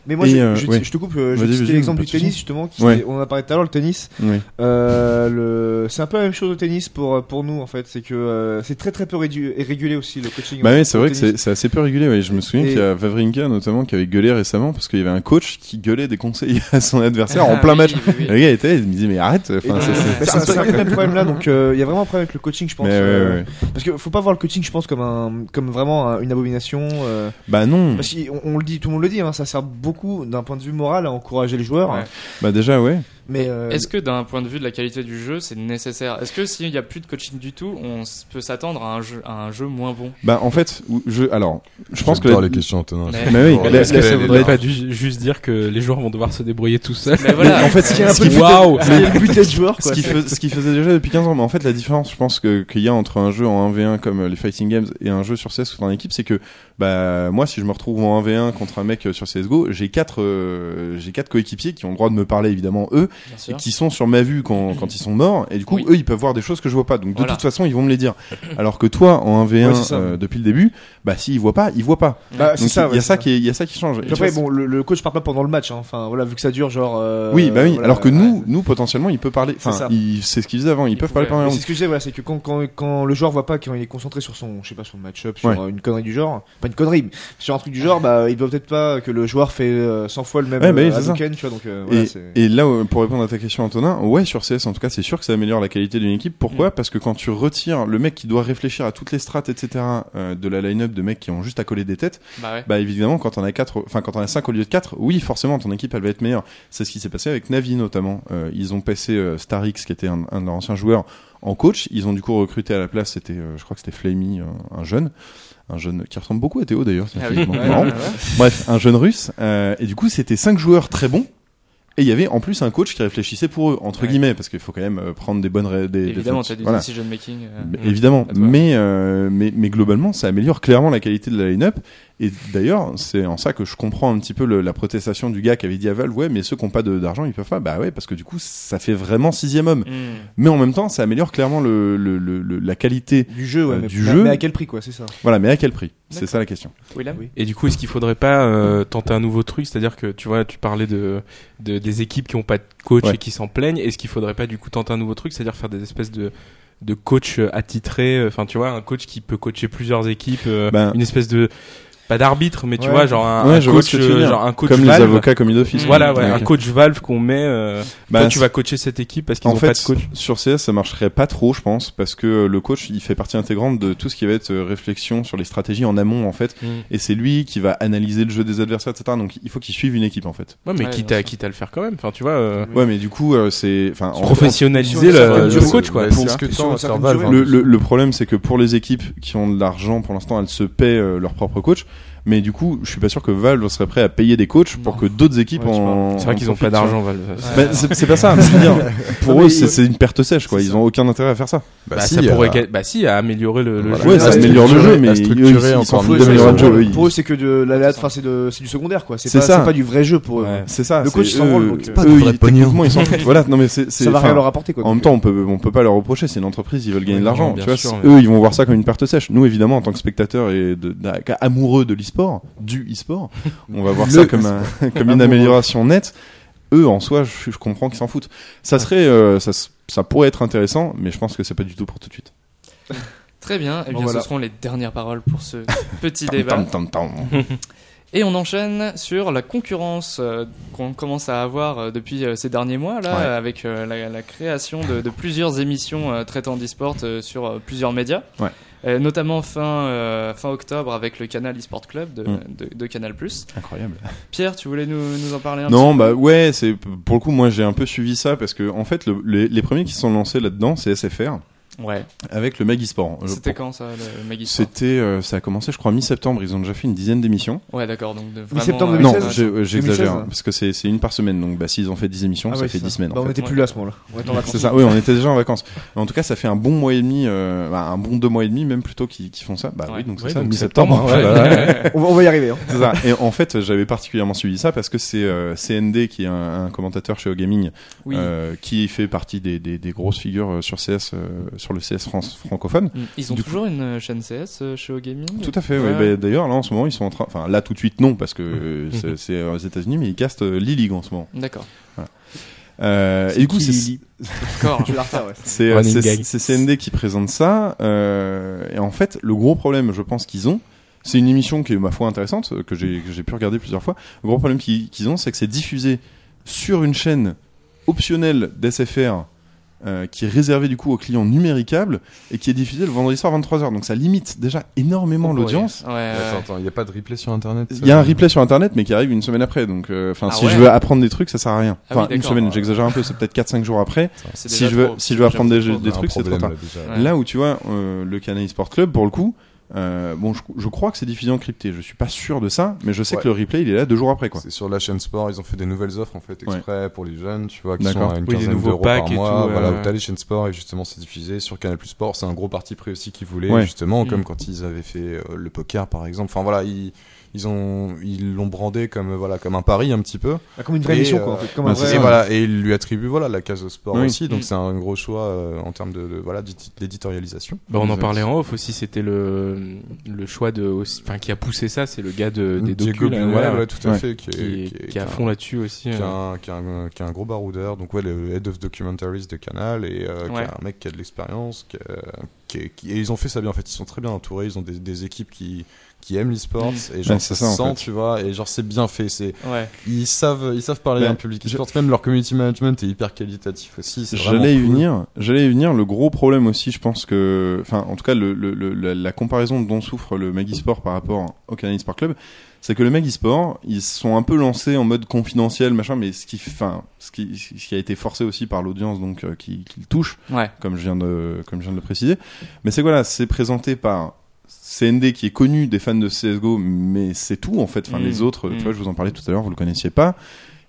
Mais moi,
Et,
je,
euh,
je-
ouais.
je te coupe. euh, Je
Vas-y,
vais citer
vas-y,
l'exemple
pas
du
de
tennis
souci.
justement. Qui
Ouais.
On en a parlé tout à l'heure. Le tennis,
Oui.
Euh, le... C'est un peu la même chose au tennis pour, euh, pour nous en fait, c'est que euh, c'est très très peu rédu- et régulé aussi le coaching.
Bah
au-
oui, c'est
au
vrai que
tennis.
c'est c'est assez peu régulé. ouais. Je me souviens
Et-
qu'il y a Vavrinka notamment qui avait gueulé récemment parce qu'il y avait un coach qui gueulait des conseils à son adversaire en
Ah,
plein
oui,
match.
oui, oui.
Le gars était, il me dit mais arrête.
Et
Enfin,
donc,
ça,
ouais,
c'est-
bah, c'est un- c'est un peu le même problème là, donc euh, il y a vraiment un problème avec le coaching, je pense.
Mais ouais,
euh,
ouais, ouais.
Parce que faut pas voir le coaching, je pense, comme un, comme vraiment un- une abomination. euh,
Bah non.
parce qu'on on le dit, tout le monde le dit, hein, ça sert beaucoup d'un point de vue moral à encourager les joueurs. hein.
Ouais.
Bah déjà ouais.
Mais euh,
Est-ce que d'un point de vue de la qualité du jeu, c'est nécessaire Est-ce que s'il n'y a plus de coaching du tout, on s- peut s'attendre à un jeu, à un jeu moins bon
Bah en fait, où- je alors, je pense que
J'adore
la-
les questions Antonin.
Mais-
Mais oui,
Bon,
la-
parce
Est-ce que
que
ça
les-
voudrait
les-
pas du- juste dire que les joueurs vont devoir se débrouiller tout seuls
Mais voilà.
en fait, ce
qui est un peu le-
Waouh
c'est le but d'être joueur
ce
quoi.
qui, fais- ce qui faisait déjà depuis 15 ans. Mais en fait, la différence, je pense, que- qu'il y a entre un jeu en 1v1 comme euh, les Fighting Games et un jeu sur CS contre en équipe, c'est que bah, moi, si je me retrouve en 1v1 contre un mec euh, sur CSGO, j'ai quatre euh, j'ai quatre coéquipiers qui ont le droit de me parler, évidemment, eux,
bien
et
sûr.
qui sont sur ma vue quand, quand ils sont morts, et du coup,
Oui.
eux, ils peuvent voir des choses que je vois pas. Donc, de
Voilà.
toute façon, ils vont me les dire. Alors que toi, en 1v1,
Ouais, c'est ça.
euh, depuis le début, bah, s'ils voient pas, ils voient pas.
Bah, c'est
Donc,
ça.
il y,
ouais,
a ça
c'est
qui est- il y a ça qui change. Et
Puis
tu
Après,
vois,
bon, le, le coach part pas pendant le match. hein. Enfin, voilà, vu que ça dure, genre. euh,
oui, bah oui.
voilà,
alors que
ouais.
nous, nous potentiellement, il peut parler.
C'est ça.
Enfin, il- c'est ce qu'ils faisaient avant. Ils,
Ils
peuvent parler
pouvaient-
pendant la
Mais c'est
ronde.
ce que je disais, voilà, c'est que quand, quand, quand le joueur voit pas, quand il est concentré sur son, je sais pas, sur le match-up, sur
Ouais.
euh, une connerie du genre, pas une connerie, mais sur un truc du genre, bah, il veut peut-être pas que le joueur fait euh, 100 fois le même
Ouais, bah oui,
euh,
c'est ça.
Hadouken, tu vois, donc euh, voilà,
Et,
c'est-
et là, euh, pour répondre à ta question, Antonin, ouais, sur CS, en tout cas, c'est sûr que ça améliore la qualité d'une équipe. Pourquoi
Mm.
Parce que quand tu retires le mec qui doit réfléchir à toutes les strates, etc., euh, de la line-up de mecs qui ont juste à coller des têtes,
Bah ouais.
bah évidemment, quand on a quatre, enfin quand on a 5 au lieu de 4, oui, forcément, ton équipe, elle va être meilleure. C'est ce qui s'est passé avec Navi, notamment. Euh, ils ont passé euh, Starix, qui était un, un de leurs anciens joueurs, en coach. Ils ont du coup recruté à la place, c'était, euh, je crois que c'était Flamey, un, un jeune. Un jeune qui ressemble beaucoup à Théo d'ailleurs, c'est
Ah oui.
absolument
Ouais,
marrant.
ouais, ouais.
Bref, un jeune russe. euh, et du coup, c'était cinq joueurs très bons. Et il y avait en plus un coach qui réfléchissait pour eux, entre
Ouais.
guillemets, parce qu'il faut quand même euh, prendre des bonnes. ré- Des, des
Évidemment,
fautes.
tu as du
Voilà.
decision making. euh,
Mais-
mm.
Évidemment,
À toi.
mais, euh, mais, mais globalement, ça améliore clairement la qualité de la line-up. Et d'ailleurs, c'est en ça que je comprends un petit peu le- la protestation du gars qui avait dit à Valve, ouais, mais ceux qui n'ont pas de- d'argent, ils peuvent pas. Bah ouais, parce que du coup, ça fait vraiment sixième homme.
Mm.
Mais en même temps, ça améliore clairement le, le- le- le- la qualité.
du jeu, ouais,
euh,
mais,
du
mais-
jeu.
mais à quel prix, quoi, c'est ça.
Voilà, mais à quel prix C'est
D'accord.
ça la question.
Willem
Oui.
Et du coup, est-ce qu'il faudrait pas euh, tenter un nouveau truc C'est-à-dire que tu vois, tu parlais de, de- des équipes qui ont pas de coach
Ouais.
et qui s'en plaignent. Est-ce qu'il faudrait pas du coup tenter un nouveau truc C'est-à-dire faire des espèces de de coach euh, attitré, euh, enfin tu vois, un coach qui peut coacher plusieurs équipes, euh,
Ben-
une espèce de pas d'arbitre, mais tu
Ouais.
vois, genre un,
Ouais,
un
je vois
coach,
ce que tu veux
euh,
dire.
genre un coach
Comme les
valve.
avocats, comme d'office.
Voilà, ouais,
Ok.
un coach valve qu'on met. euh,
Bah,
toi, tu vas coacher cette équipe parce qu'ils
en
ont
fait,
pas de coach.
Sur CS, ça marcherait pas trop, je pense, parce que euh, le coach, il fait partie intégrante de tout ce qui va être euh, réflexion sur les stratégies en amont, en fait.
Mm.
Et c'est lui qui va analyser le jeu des adversaires, etc. Donc il faut qu'il suive une équipe, en fait.
Ouais, mais
Ouais,
quitte
bien
à
sûr.
quitte à le faire quand même. Enfin, tu vois, euh,
Ouais, mais du coup, euh, c'est, enfin, en-
professionnaliser
en- en-
le,
en-
le
en-
coach quoi.
Pour
tu
Euh, ce
vois.
que
Sur
temps,
un certain
Valve,
durée.
le,
hein,
le, le problème, c'est que pour les équipes qui ont de l'argent, pour l'instant, elles se paient euh, leur propre coach. Mais du coup, je suis pas sûr que Valve serait prêt à payer des coachs pour
Non.
que d'autres équipes
Ouais, je
en.
C'est vrai
en
qu'ils ont pas
profitent, tu vois.
d'argent Valve. ça, c'est-
Ben, c'est c'est pas ça, mais je veux dire,
Non,
pour
mais
eux,
il-
c'est c'est une perte sèche, quoi.
C'est
Ils ont aucun intérêt à faire ça.
Bah,
Bah,
si,
ça
euh,
pourrait ga- bah si à améliorer le, le
voilà.
jeu.
Ouais, ça
à
améliore le
structurer-
jeu, mais
à
eux, ils-
structurer
ils
encore
s'en
mieux.
foutent
Ils
d'améliorer le
sont-
jeu, eux, ils-
Pour eux, c'est que de la la- enfin, c'est de, c'est du secondaire, quoi. C'est
C'est
pas,
ça.
c'est pas du vrai jeu pour eux.
Ouais.
C'est ça.
Le coach
c'est
s'en
eux-
branle, donc, euh,
pas de
eux,
vrai
ils-
pognon.
techniquement, ils s'en foutent. Voilà, non mais c'est. c'est-
Ça va rien
enfin,
leur apporter, quoi.
En même temps, on peut, on peut pas leur reprocher, c'est une entreprise, ils veulent gagner
Oui,
de
non,
l'argent.
bien
Tu vois,
sûr,
c'est-
mais-
eux, ils vont voir ça comme une perte sèche. Nous, évidemment, en tant que spectateurs et de, d'a- qu'a- amoureux de l'e-sport, du e-sport, on va voir ça comme, un- comme une
Amoureux.
amélioration nette. Eux, en soi, je, je comprends qu'ils s'en foutent. Ça serait, euh, ça, s- ça pourrait être intéressant, mais je pense que c'est pas du tout pour tout de suite.
Très bien, et bien
Bon, voilà.
ce seront les dernières paroles pour ce petit
Tam,
débat.
tam, tam, tam.
Et on enchaîne sur la concurrence euh, qu'on commence à avoir euh, depuis euh, ces derniers mois, là,
Ouais.
avec euh, la, la création de, de plusieurs émissions euh, traitant d'e-sport euh, sur euh, plusieurs médias.
Ouais.
Euh, notamment fin, euh, fin octobre avec le canal eSport Club de,
Mm.
de, de Canal.
Incroyable.
Pierre, tu voulais nous, nous en parler un
Non,
petit
bah ouais, c'est pour le coup, moi j'ai un peu suivi ça parce que en fait, le- les, les premiers qui se sont lancés là-dedans, c'est SFR
peu Ouais.
avec le Magisport. Je-
C'était
Euh, pour-
quand ça, le Magisport
C'était, euh, ça a commencé, je crois, mi-septembre. Ils ont déjà fait une dizaine d'émissions.
Ouais, d'accord, donc de, vraiment.
Mi-septembre
euh,
2016,
Non,
intéressant.
j'ai- euh, j'exagère,
2016.
parce que c'est c'est une par semaine. Donc, bah, s'ils ont fait 10 émissions,
Ah
ça
ouais,
fait
c'est
10 semaines. en
Bah, on
fait.
était plus là à ce moment-là. On était en vacances.
C'est ça. Oui, on était déjà en vacances. En tout cas, ça fait un bon mois et demi, euh, bah, un bon deux mois et demi, même plutôt, qui, qui font ça. Bah
Ouais.
oui, donc c'est
Ouais,
ça,
donc
mi-septembre.
septembre,
Voilà.
On va- on va y arriver, hein.
C'est ça. Et en fait, j'avais particulièrement suivi ça parce que c'est euh, CND qui est un, un commentateur chez OGaming
Oui.
euh, qui fait partie des, des, des grosses figures euh, sur CS, euh, sur le CS France francophone.
Mm. Ils ont
du
toujours une euh, chaîne CS euh, chez OGaming
Tout à fait. ouais.
Ouais.
Bah, D'ailleurs, là en ce moment, ils sont en train. Enfin, là tout de suite, non, parce que euh, c'est- c'est aux États-Unis, mais ils castent euh, League en ce moment.
D'accord.
Euh, et du coup, c'est
D'accord.
Tu l'as retard, ouais.
c'est euh,
Running
c'est-
gag.
c'est CND qui présente ça. euh, et en fait, le gros problème, je pense qu'ils ont. C'est une émission qui est ma foi intéressante, euh, que j'ai que j'ai pu regarder plusieurs fois. Le gros problème qu'ils qu'ils ont, c'est que c'est diffusé sur une chaîne optionnelle d'SFR euh, qui est réservée du coup aux clients numéricables et qui est diffusée le vendredi soir 23h. Donc ça limite déjà énormément
Oh,
l'audience.
Ouais, ouais.
Attends, attends, il n'y a pas de replay sur internet. euh,
Il y a un replay sur internet, mais qui arrive une semaine après. Donc, euh, enfin,
Ah
si
ouais.
je veux apprendre des trucs, ça sert à rien.
Ah oui,
Enfin, une
d'accord.
semaine, j'exagère un peu, c'est peut-être 4-5 jours après.
C'est
Si
déjà
je veux-
trop.
si je veux apprendre
J'avoue,
des jeux-
trop.
des trucs, c'est trop tard.
Ouais.
Là où tu vois euh, le Canal Sport Club, pour le coup, Euh, bon, je, je crois que c'est diffusé en crypté. Je suis pas sûr de ça, mais je sais
Ouais.
que le replay, il est là deux jours après, quoi.
C'est sur la chaîne sport, ils ont fait des nouvelles offres en fait exprès pour les jeunes, tu vois, qui sont
D'accord.
à une
Oui, des
quinzaine
nouveaux
d'euros par
packs et
mois.
tout,
voilà,
euh.
où t'as les chaînes sport et justement c'est diffusé sur Canal Plus Sport. C'est un gros parti pris aussi qu'ils voulaient
Ouais.
justement,
Mm.
comme quand ils avaient fait euh, le poker par exemple. Enfin voilà, ils ils ont ils l'ont brandé comme euh, voilà comme un pari un petit peu.
Ah, comme une vraie
Et,
émission,
euh,
quoi. En fait. Comme
bah,
un
c'est
et
vrai.
ça.
voilà, et il lui attribue voilà la case au sport
Oui.
aussi. Donc
Mm.
c'est un gros choix euh, en termes de, de- voilà d'édit- d'éditorialisation.
Bah, on en
Ils-
parlait en off aussi, c'était le, le choix de, aussi- enfin, qui a poussé ça, c'est le gars de, des
Diego
docus, là,
Bunuel,
voilà,
ouais, tout à
Ouais.
fait, qui, est-
qui,
qui est-
qui est à
qui est un-
fond là-dessus aussi.
qui est,
euh.
un, qui, est un, qui est un gros baroudeur, donc ouais, le head of documentaries de Canal, et euh, qui
Ouais.
est un mec qui a de l'expérience, qui, a- qui est- qui- et ils ont fait ça bien en fait, ils sont très bien entourés, ils ont des, des équipes qui, qui aiment l'e-sport, et genre
Ouais, c'est
ça se
ça, en
sent,
fait.
tu vois, et genre c'est bien fait, c'est,
Ouais.
ils savent, ils savent parler
Ben,
à un public
je-
e-sport, même leur community management est hyper qualitatif aussi, c'est vraiment
J'allais y
cool.
venir. J'allais y venir. Le gros problème aussi, je pense que, enfin, en tout cas, le, le- le- la, la comparaison dont souffre le Magisport par rapport au Canal Sport Club, c'est que le Magisport, ils se sont un peu lancés en mode confidentiel, machin, mais ce qui, enfin, ce qui, ce qui a été forcé aussi par l'audience, donc, euh, qui, qui le touche,
Ouais.
comme je viens de, comme je viens de le préciser. Mais c'est que voilà, c'est présenté par CND qui est connu des fans de CSGO, mais c'est tout en fait. Enfin,
Mm.
les autres,
Mm.
tu vois, je vous en parlais tout à l'heure, vous le connaissiez pas.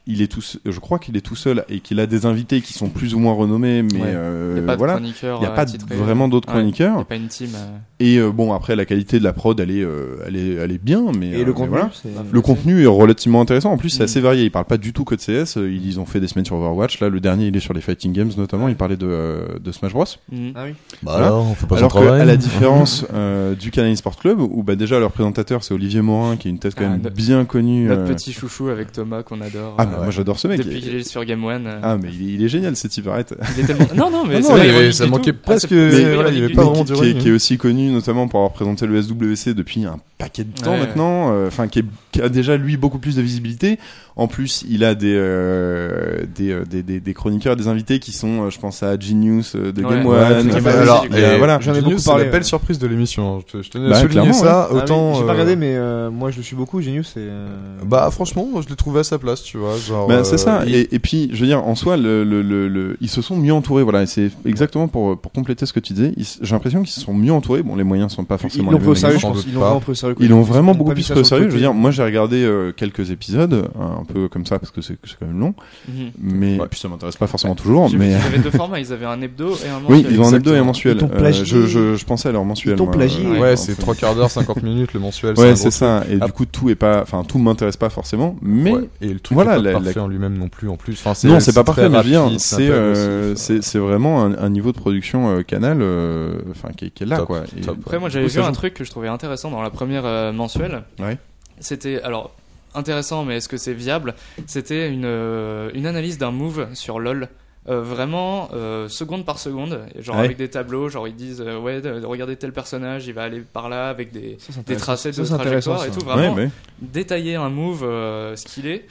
Il est tout, se- je crois qu'il est tout seul et qu'il a des invités qui sont plus ou moins renommés, mais
Ouais.
euh,
Il n'y a pas de
voilà.
chroniqueur.
Il n'y a
euh,
pas de-
titré.
vraiment d'autres
Ouais.
chroniqueurs.
Il n'y a pas une team. euh,
Et euh, bon, après, la qualité de la prod, elle est, euh, elle est, elle est bien, mais, euh,
Et
mais
le contenu,
voilà.
c'est.
Le contenu est relativement intéressant. En plus, c'est
Mm.
assez varié. Ils parlent pas du tout que de CS. euh, Ils ils ont fait des semaines sur Overwatch. Là, le dernier, il est sur les fighting games, notamment. Il parlait de, euh, de Smash Bros.
mhm.
Ah oui.
Bah
Voilà.
alors, on fait pas
Alors
son
que,
travail.
à la différence euh, du Canal Sport Club, où bah, déjà leur présentateur c'est Olivier Morin, qui est une tête quand
Ah,
même
notre-
bien connue.
Notre
euh,
petit chouchou avec Thomas qu'on adore.
Ah,
euh,
bah, moi j'adore ce mec.
Depuis qu'il est sur Game One. euh,
Ah, mais il est, il est génial ce type, arrête.
Il est tellement. Non, non, mais
Ah
c'est
non,
pas
il y avait-
ironique
ça
du
manquait
tout. Ah,
presque-
c'est pas- c'est
mais
pas
voilà, il y
ironique
avait
du
pas
tout.
vraiment-
qui,
du
qui est,
running.
qui est aussi connu notamment pour avoir présenté le SWC depuis un paquet de temps
Ouais.
maintenant, euh, enfin qui, est- qui a déjà lui beaucoup plus de visibilité. En plus, il a des euh, des, euh, des, des, des chroniqueurs, des invités qui sont, euh, je pense à Genius euh, de
Ouais.
Game
Ouais,
One.
tout à
euh,
fait.
Alors,
il y a-
et-
voilà.
J'en ai
Genius,
beaucoup
c'est
parlé,
la belle
ouais.
surprise de l'émission. hein. Je, te- je tenais
Bah,
à souligner
clairement,
ça.
Ah oui,
Autant.
J'ai
euh,
pas regardé, mais euh, moi je le suis beaucoup, Genius. c'est, euh,
Bah franchement, moi, je l'ai trouvé à sa place, tu vois. Genre,
Ben,
euh,
c'est ça.
il-
Et, et puis, je veux dire, en soi, le, le, le, le- ils se sont mieux entourés. Voilà, Et c'est exactement pour, pour compléter ce que tu disais. ils s- J'ai l'impression qu'ils se sont mieux entourés. Bon, les moyens sont pas
Ils
forcément les
l'ont pris au
mêmes,
sérieux, je
j'en
pense.
doute
Ils l'ont
pas.
vraiment pris au sérieux.
Ils l'ont vraiment
ont
beaucoup
pas mis
plus
ça
pris au
sur le
sérieux. Je veux dire,
côté.
moi j'ai regardé euh, quelques épisodes, euh, un peu comme ça parce que c'est c'est quand même long,
Mhm.
mais
Ouais.
et puis ça m'intéresse pas forcément toujours.
J'ai vu
Mais euh,
qu'ils avaient deux formats, ils avaient un hebdo et un
oui,
mensuel.
ils ont un hebdo et un
Exactement.
mensuel.
Ils t'ont
Euh,
plagié.
je, je, je pensais à leur mensuel.
Ils t'ont
moi,
plagié.
euh,
Ouais,
enfin,
c'est trois quarts d'heure, 50 minutes le mensuel. un
Ouais,
gros
c'est ça. Et
Ah.
du coup, tout est pas, enfin, tout m'intéresse pas forcément, mais
Ouais, et le truc
voilà,
est pas
la- la-
parfait en lui-même non plus en plus Enfin,
Non, c'est pas parfait,
très
mais je veux dire,
rapide,
c'est
un peu
euh,
agressif.
c'est c'est vraiment un, un niveau de production euh, canal, euh, enfin qui, est- qui est là
Top,
quoi. Et-
top.
Après, moi, j'avais vu un truc que je trouvais intéressant dans la première euh, mensuelle.
Ouais.
C'était alors intéressant, mais est-ce que c'est viable C'était une euh, une analyse d'un move sur LOL. euh, vraiment euh, seconde par seconde, et genre
Ouais.
avec des tableaux, genre ils disent euh, ouais de- de regardez tel personnage, il va aller par là avec des,
Ça, c'est
des
intéressant.
tracés de
Ça, c'est intéressant,
trajectoire et
ça.
tout,
Ouais,
vraiment
ouais.
détailler un move euh, ce qu'il est.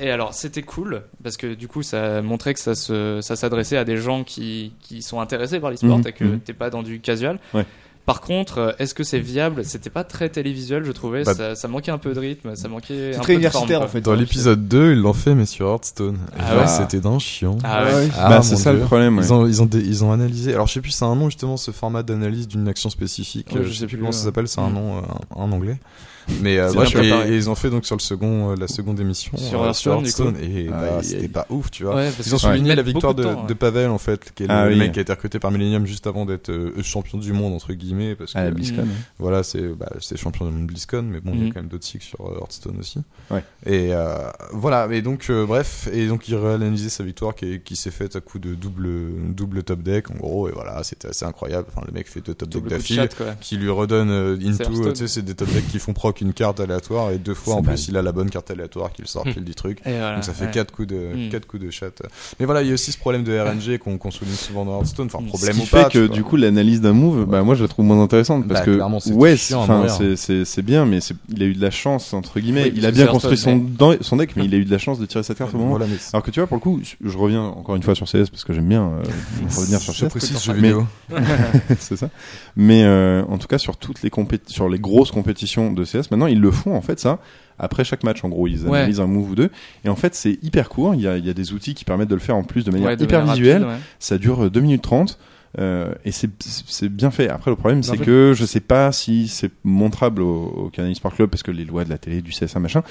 Et alors c'était cool parce que du coup ça montrait que ça se ça s'adressait à des gens qui qui sont intéressés par l'e-sport
Mhm,
et que
mhm.
t'es pas dans du casual.
Ouais.
Par contre, euh, est-ce que c'est viable C'était pas très télévisuel, je trouvais.
Bah,
ça, ça manquait un peu de rythme, ça manquait.
C'est
un
très
peu de forme,
universitaire
quoi.
en fait.
Dans
hein,
l'épisode 2, ils l'ont fait, mais sur Hearthstone. Et
Ah
genre,
ouais.
c'était d'un chiant.
Ah
Ah
ouais.
ouais.
Ah,
bah
mon
c'est ça
Dieu.
le problème. ouais.
Ils ont, ils, ont dé- ils ont analysé. Alors, je sais plus, c'est un nom justement, ce format d'analyse d'une action spécifique.
Ouais,
Euh, je, sais plus comment
ouais.
ça s'appelle, c'est un
Mm.
nom euh, en anglais. Mais euh,
C'est
bref,
bien préparé.
et, et ils ont fait donc sur le second, euh, la seconde émission
Sur
euh,
Hearthstone, du coup.
Hearthstone, et
Ah,
bah,
aïe, aïe.
c'était pas ouf, tu vois.
Ouais, parce
Ils ont
que ça
souligné
met
la victoire de,
beaucoup temps,
de
hein.
Pavel en fait, qui est le,
Ah
le
oui.
mec qui a été recruté par Millennium juste avant d'être euh, champion du monde entre guillemets parce que
À la BlizzCon.
Mm.
ouais.
voilà c'est bah, c'est champion du monde BlizzCon mais bon il y
Mhm.
a quand même d'autres cycles sur euh, Hearthstone aussi.
Ouais.
Et euh, voilà mais donc euh, bref et donc il réalisait sa victoire qui, est- qui s'est faite à coup de double double top deck en gros et voilà c'était assez incroyable. Enfin le mec fait deux top
Double
decks
coup de
d'affilée
chat, quoi.
qui lui redonne euh,
C'est
into
Hearthstone.
euh, tu sais c'est des top decks qui font proc une carte aléatoire et deux fois
C'est
en
mal.
plus il a la bonne carte aléatoire qui le
Hum.
sort pile du truc.
Et voilà,
Donc ça fait
Ah, ouais.
4 coups de
Mm.
quatre coups de chat. Mais voilà, il y a aussi ce problème de RNG
Ah.
qu'on qu'on souligne souvent dans Hearthstone, enfin
Mm.
problème
Ce
ou
qui
pas.
fait que
tu vois.
du coup l'analyse d'un move, bah moi je la trouve moins intéressante parce
Bah, clairement,
que
c'est
ouais,
chiant à
enfin,
mourir.
c'est c'est c'est bien, mais c'est- il a eu de la chance entre guillemets.
Oui, parce
il a
que
bien
c'est
construit son dan- son deck, mais il a eu de la chance de tirer sa carte au moment.
voilà, mais
Alors que tu vois pour le coup, je reviens encore une fois sur CS parce que j'aime bien euh, revenir sur
je
CS.
précise jeu
Mais-
vidéo.
c'est ça. Mais euh, en tout cas, sur toutes les compét- sur les grosses compétitions de CS, maintenant ils le font en fait ça après chaque match. En gros, ils
Ouais.
analysent un move ou deux. Et en fait, c'est hyper court. Il y a, il y a des outils qui permettent de le faire en plus de manière
Ouais, de
hyper
manière
visuelle.
rapide, ouais.
Ça dure euh, 2 minutes 30. Euh, et c'est c'est bien fait. Après, le problème, c'est
fait.
que je sais pas si c'est montrable au, au Canal Sport Club parce que les lois de la télé, du CSA, machin.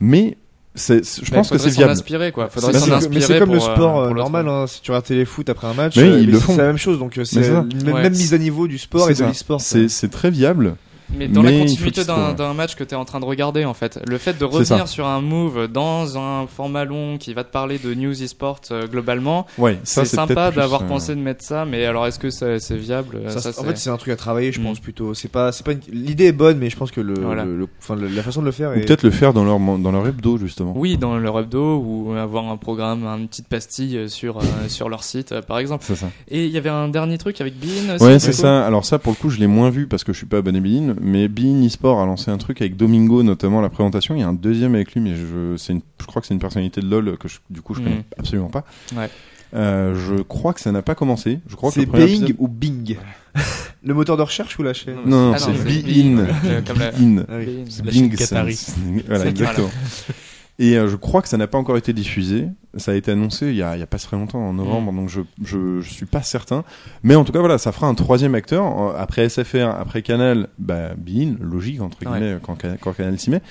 Mais c'est- c'est- je
Mais
pense que
faudrait
c'est
s'en
viable.
inspirer, quoi. Faudrait
Mais
Mais
s'en
c'est-
c'est- mais c'est
inspirer
comme le
pour, euh,
sport
pour
euh,
le
normal,
trouver.
hein, si tu regardes téléfoot après un match,
Mais
euh,
ils le
c'est-
font.
c'est la même chose, donc euh, c'est
c'est
la
ça.
même,
Ouais.
même mise à niveau du sport
C'est
et de
ça.
l'e-sport.
euh.
C'est c'est très viable.
Mais dans
Mais
la
il faut
continuité
qu'il se
d'un
trouve.
d'un match que tu es en train de regarder, en fait. Le fait de
C'est ça.
revenir sur un move dans un format long qui va te parler de news e-sport euh, globalement,
Ouais, ça
c'est
c'est peut-être
sympa
plus,
d'avoir
euh,
pensé de mettre ça, mais alors est-ce que ça- c'est viable euh,
Ça,
ça,
c'est- en
c'est-
fait, c'est un truc à travailler, je
Mm.
pense plutôt. C'est pas, c'est pas une- l'idée est bonne, mais je pense que le,
Voilà.
le- le- enfin, le- la façon de le faire
Ou
est.
peut-être le faire dans leur mon- dans leur hebdo justement.
Oui, dans leur hebdo ou avoir un programme, une petite pastille sur, euh, sur leur site, euh, par exemple.
C'est ça.
Et il y avait un dernier truc avec Bean aussi,
Ouais,
du
c'est
coup.
ça. Alors ça, pour le coup, je l'ai moins vu parce que je suis pas abonné Bein, mais Bein eSport a lancé un truc avec Domingo, notamment la présentation. Il y a un deuxième avec lui, mais je, c'est une, je crois que c'est une personnalité de LoL que je- du coup je
Mhm.
connais absolument pas.
Ouais.
Euh, je crois que ça n'a pas commencé. Je crois que
C'est
le premier
Bing
épisode-
ou Bing Le moteur de recherche ou la chaîne
Non, non,
Ah
c'est
non, c'est
Bein.
Bein, comme la-
Bein.
Ah oui.
Bean.
La
Bing,
chaîne
c'est-
Qatari.
c'est-
Voilà.
Voilà, exactement. Et euh, je crois que ça n'a pas encore été diffusé. Ça a été annoncé il y a, il y a pas très longtemps, en
Mm.
novembre, donc je, je, je suis pas certain. Mais en tout cas, voilà, ça fera un troisième acteur. Euh, Après SFR, après Canal, bah, Bein, logique, entre
Ouais.
guillemets, quand, Cana- quand Canal s'y met.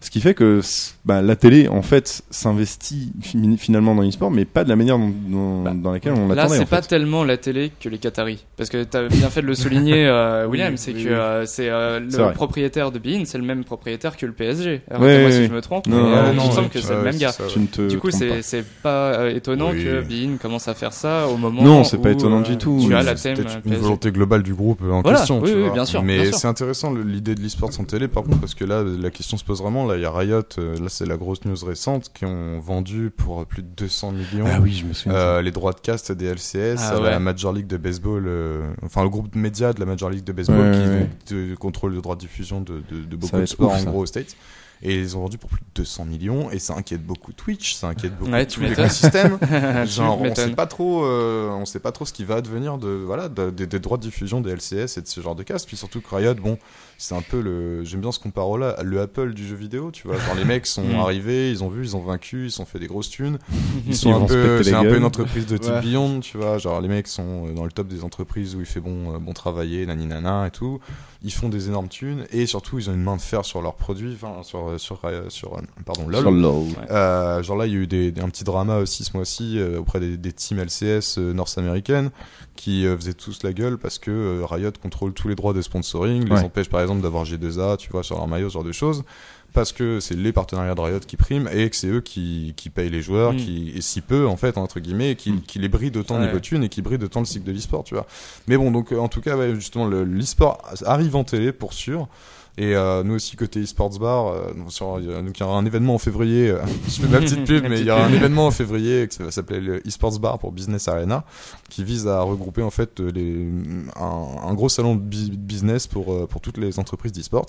Ce qui fait que c- bah, la télé, en fait, s'investit fi- finalement dans l'e-sport, mais pas de la manière dont, dont-
Bah,
dans laquelle on
Là,
l'attendait.
c'est
en
pas
fait.
tellement la télé que les Qataris. Parce que t'as bien fait de le souligner, euh, William, c'est
oui,
que
oui.
euh, c'est euh, le
C'est vrai.
propriétaire de Bean, c'est le même propriétaire que le PSG.
Ouais,
Arrêtez-moi
ouais,
si
ouais.
je me trompe,
Non,
mais
non,
euh, il
non,
me
ouais,
semble que c'est le même gars.
Tu ne te
Du coup,
trompes
c'est
pas.
c'est pas euh, étonnant
Oui.
que Bean commence à faire ça au moment
Non, c'est pas
où,
étonnant
euh,
du tout.
Tu
Oui,
as la
c'est
thème
peut-être
euh,
une
PSG.
volonté globale du groupe euh, en
Voilà,
question.
oui,
tu
oui,
vois.
bien sûr, bien
Mais
sûr.
c'est intéressant le- l'idée de l'e-sport en télé, par contre, parce que là, la question se pose vraiment. Là, il y a Riot, euh, là, c'est la grosse news récente, qui ont vendu pour euh, plus de 200
Bah
millions.
Ah oui, je me souviens.
euh, les droits de cast des LCS
Ah
à
ouais.
la Major League de baseball, euh, enfin le groupe de médias de la Major League de baseball
Ouais,
qui
ouais,
euh, contrôle le droit de diffusion de, de- de beaucoup
va
de
être
sports
ouf,
en
ça.
gros aux States. Et ils ont vendu pour plus de 200 millions et ça inquiète beaucoup Twitch, ça inquiète beaucoup
Ouais, tu
tout
m'étonnes.
l'écosystème.
Euh,
Tu
Genre, on
m'étonnes.
sait pas trop, euh, on sait pas trop ce qui va advenir de voilà de- des- des droits de diffusion des LCS et de ce genre de cast. Puis surtout que Riot, bon, c'est un peu le, j'aime bien ce comparo là, le Apple du jeu vidéo, tu vois. Genre les mecs
Mm.
sont arrivés, ils ont vu, ils ont vaincu, ils ont fait des grosses thunes.
Ils
Ils sont
vont
un
se
peu,
péter
c'est
la
un peu
gueule.
une entreprise de type
Ouais.
Beyond, tu vois. Genre les mecs sont euh, dans le top des entreprises où il fait bon, euh, bon travailler, naninana et tout. Ils font des énormes thunes et surtout ils ont une main de fer sur leurs produits, enfin sur sur euh, sur euh, pardon LOL.
Sur LOL.
Euh, genre là, il y a eu des, des- un petit drama aussi ce mois-ci euh, auprès des, des teams LCS euh, nord-américaines qui euh, faisaient tous la gueule parce que euh, Riot contrôle tous les droits de sponsoring, les
Ouais.
empêche par exemple d'avoir G2A, tu vois, sur leur maillot, ce genre de choses, parce que c'est les partenariats de Riot qui priment et que c'est eux qui, qui payent les joueurs,
Mm.
qui, et si peu en fait, entre guillemets, et qui,
Mm.
qui les brident autant
Ouais.
niveau thunes et qui brident autant le cycle de l'e-sport, tu vois. Mais bon, donc euh, en tout cas, ouais, justement, le- l'e-sport arrive en télé pour sûr. Et euh, nous aussi côté esports bar, euh, sur- il y a- donc il y aura un événement en février. euh, je fais ma petite pub,
La
mais il
petite
y aura un
pub.
événement en février que ça va s'appeler le esports bar pour Business Arena, qui vise à regrouper en fait euh, les, un, un gros salon de bi- business pour euh, pour toutes les entreprises d'esports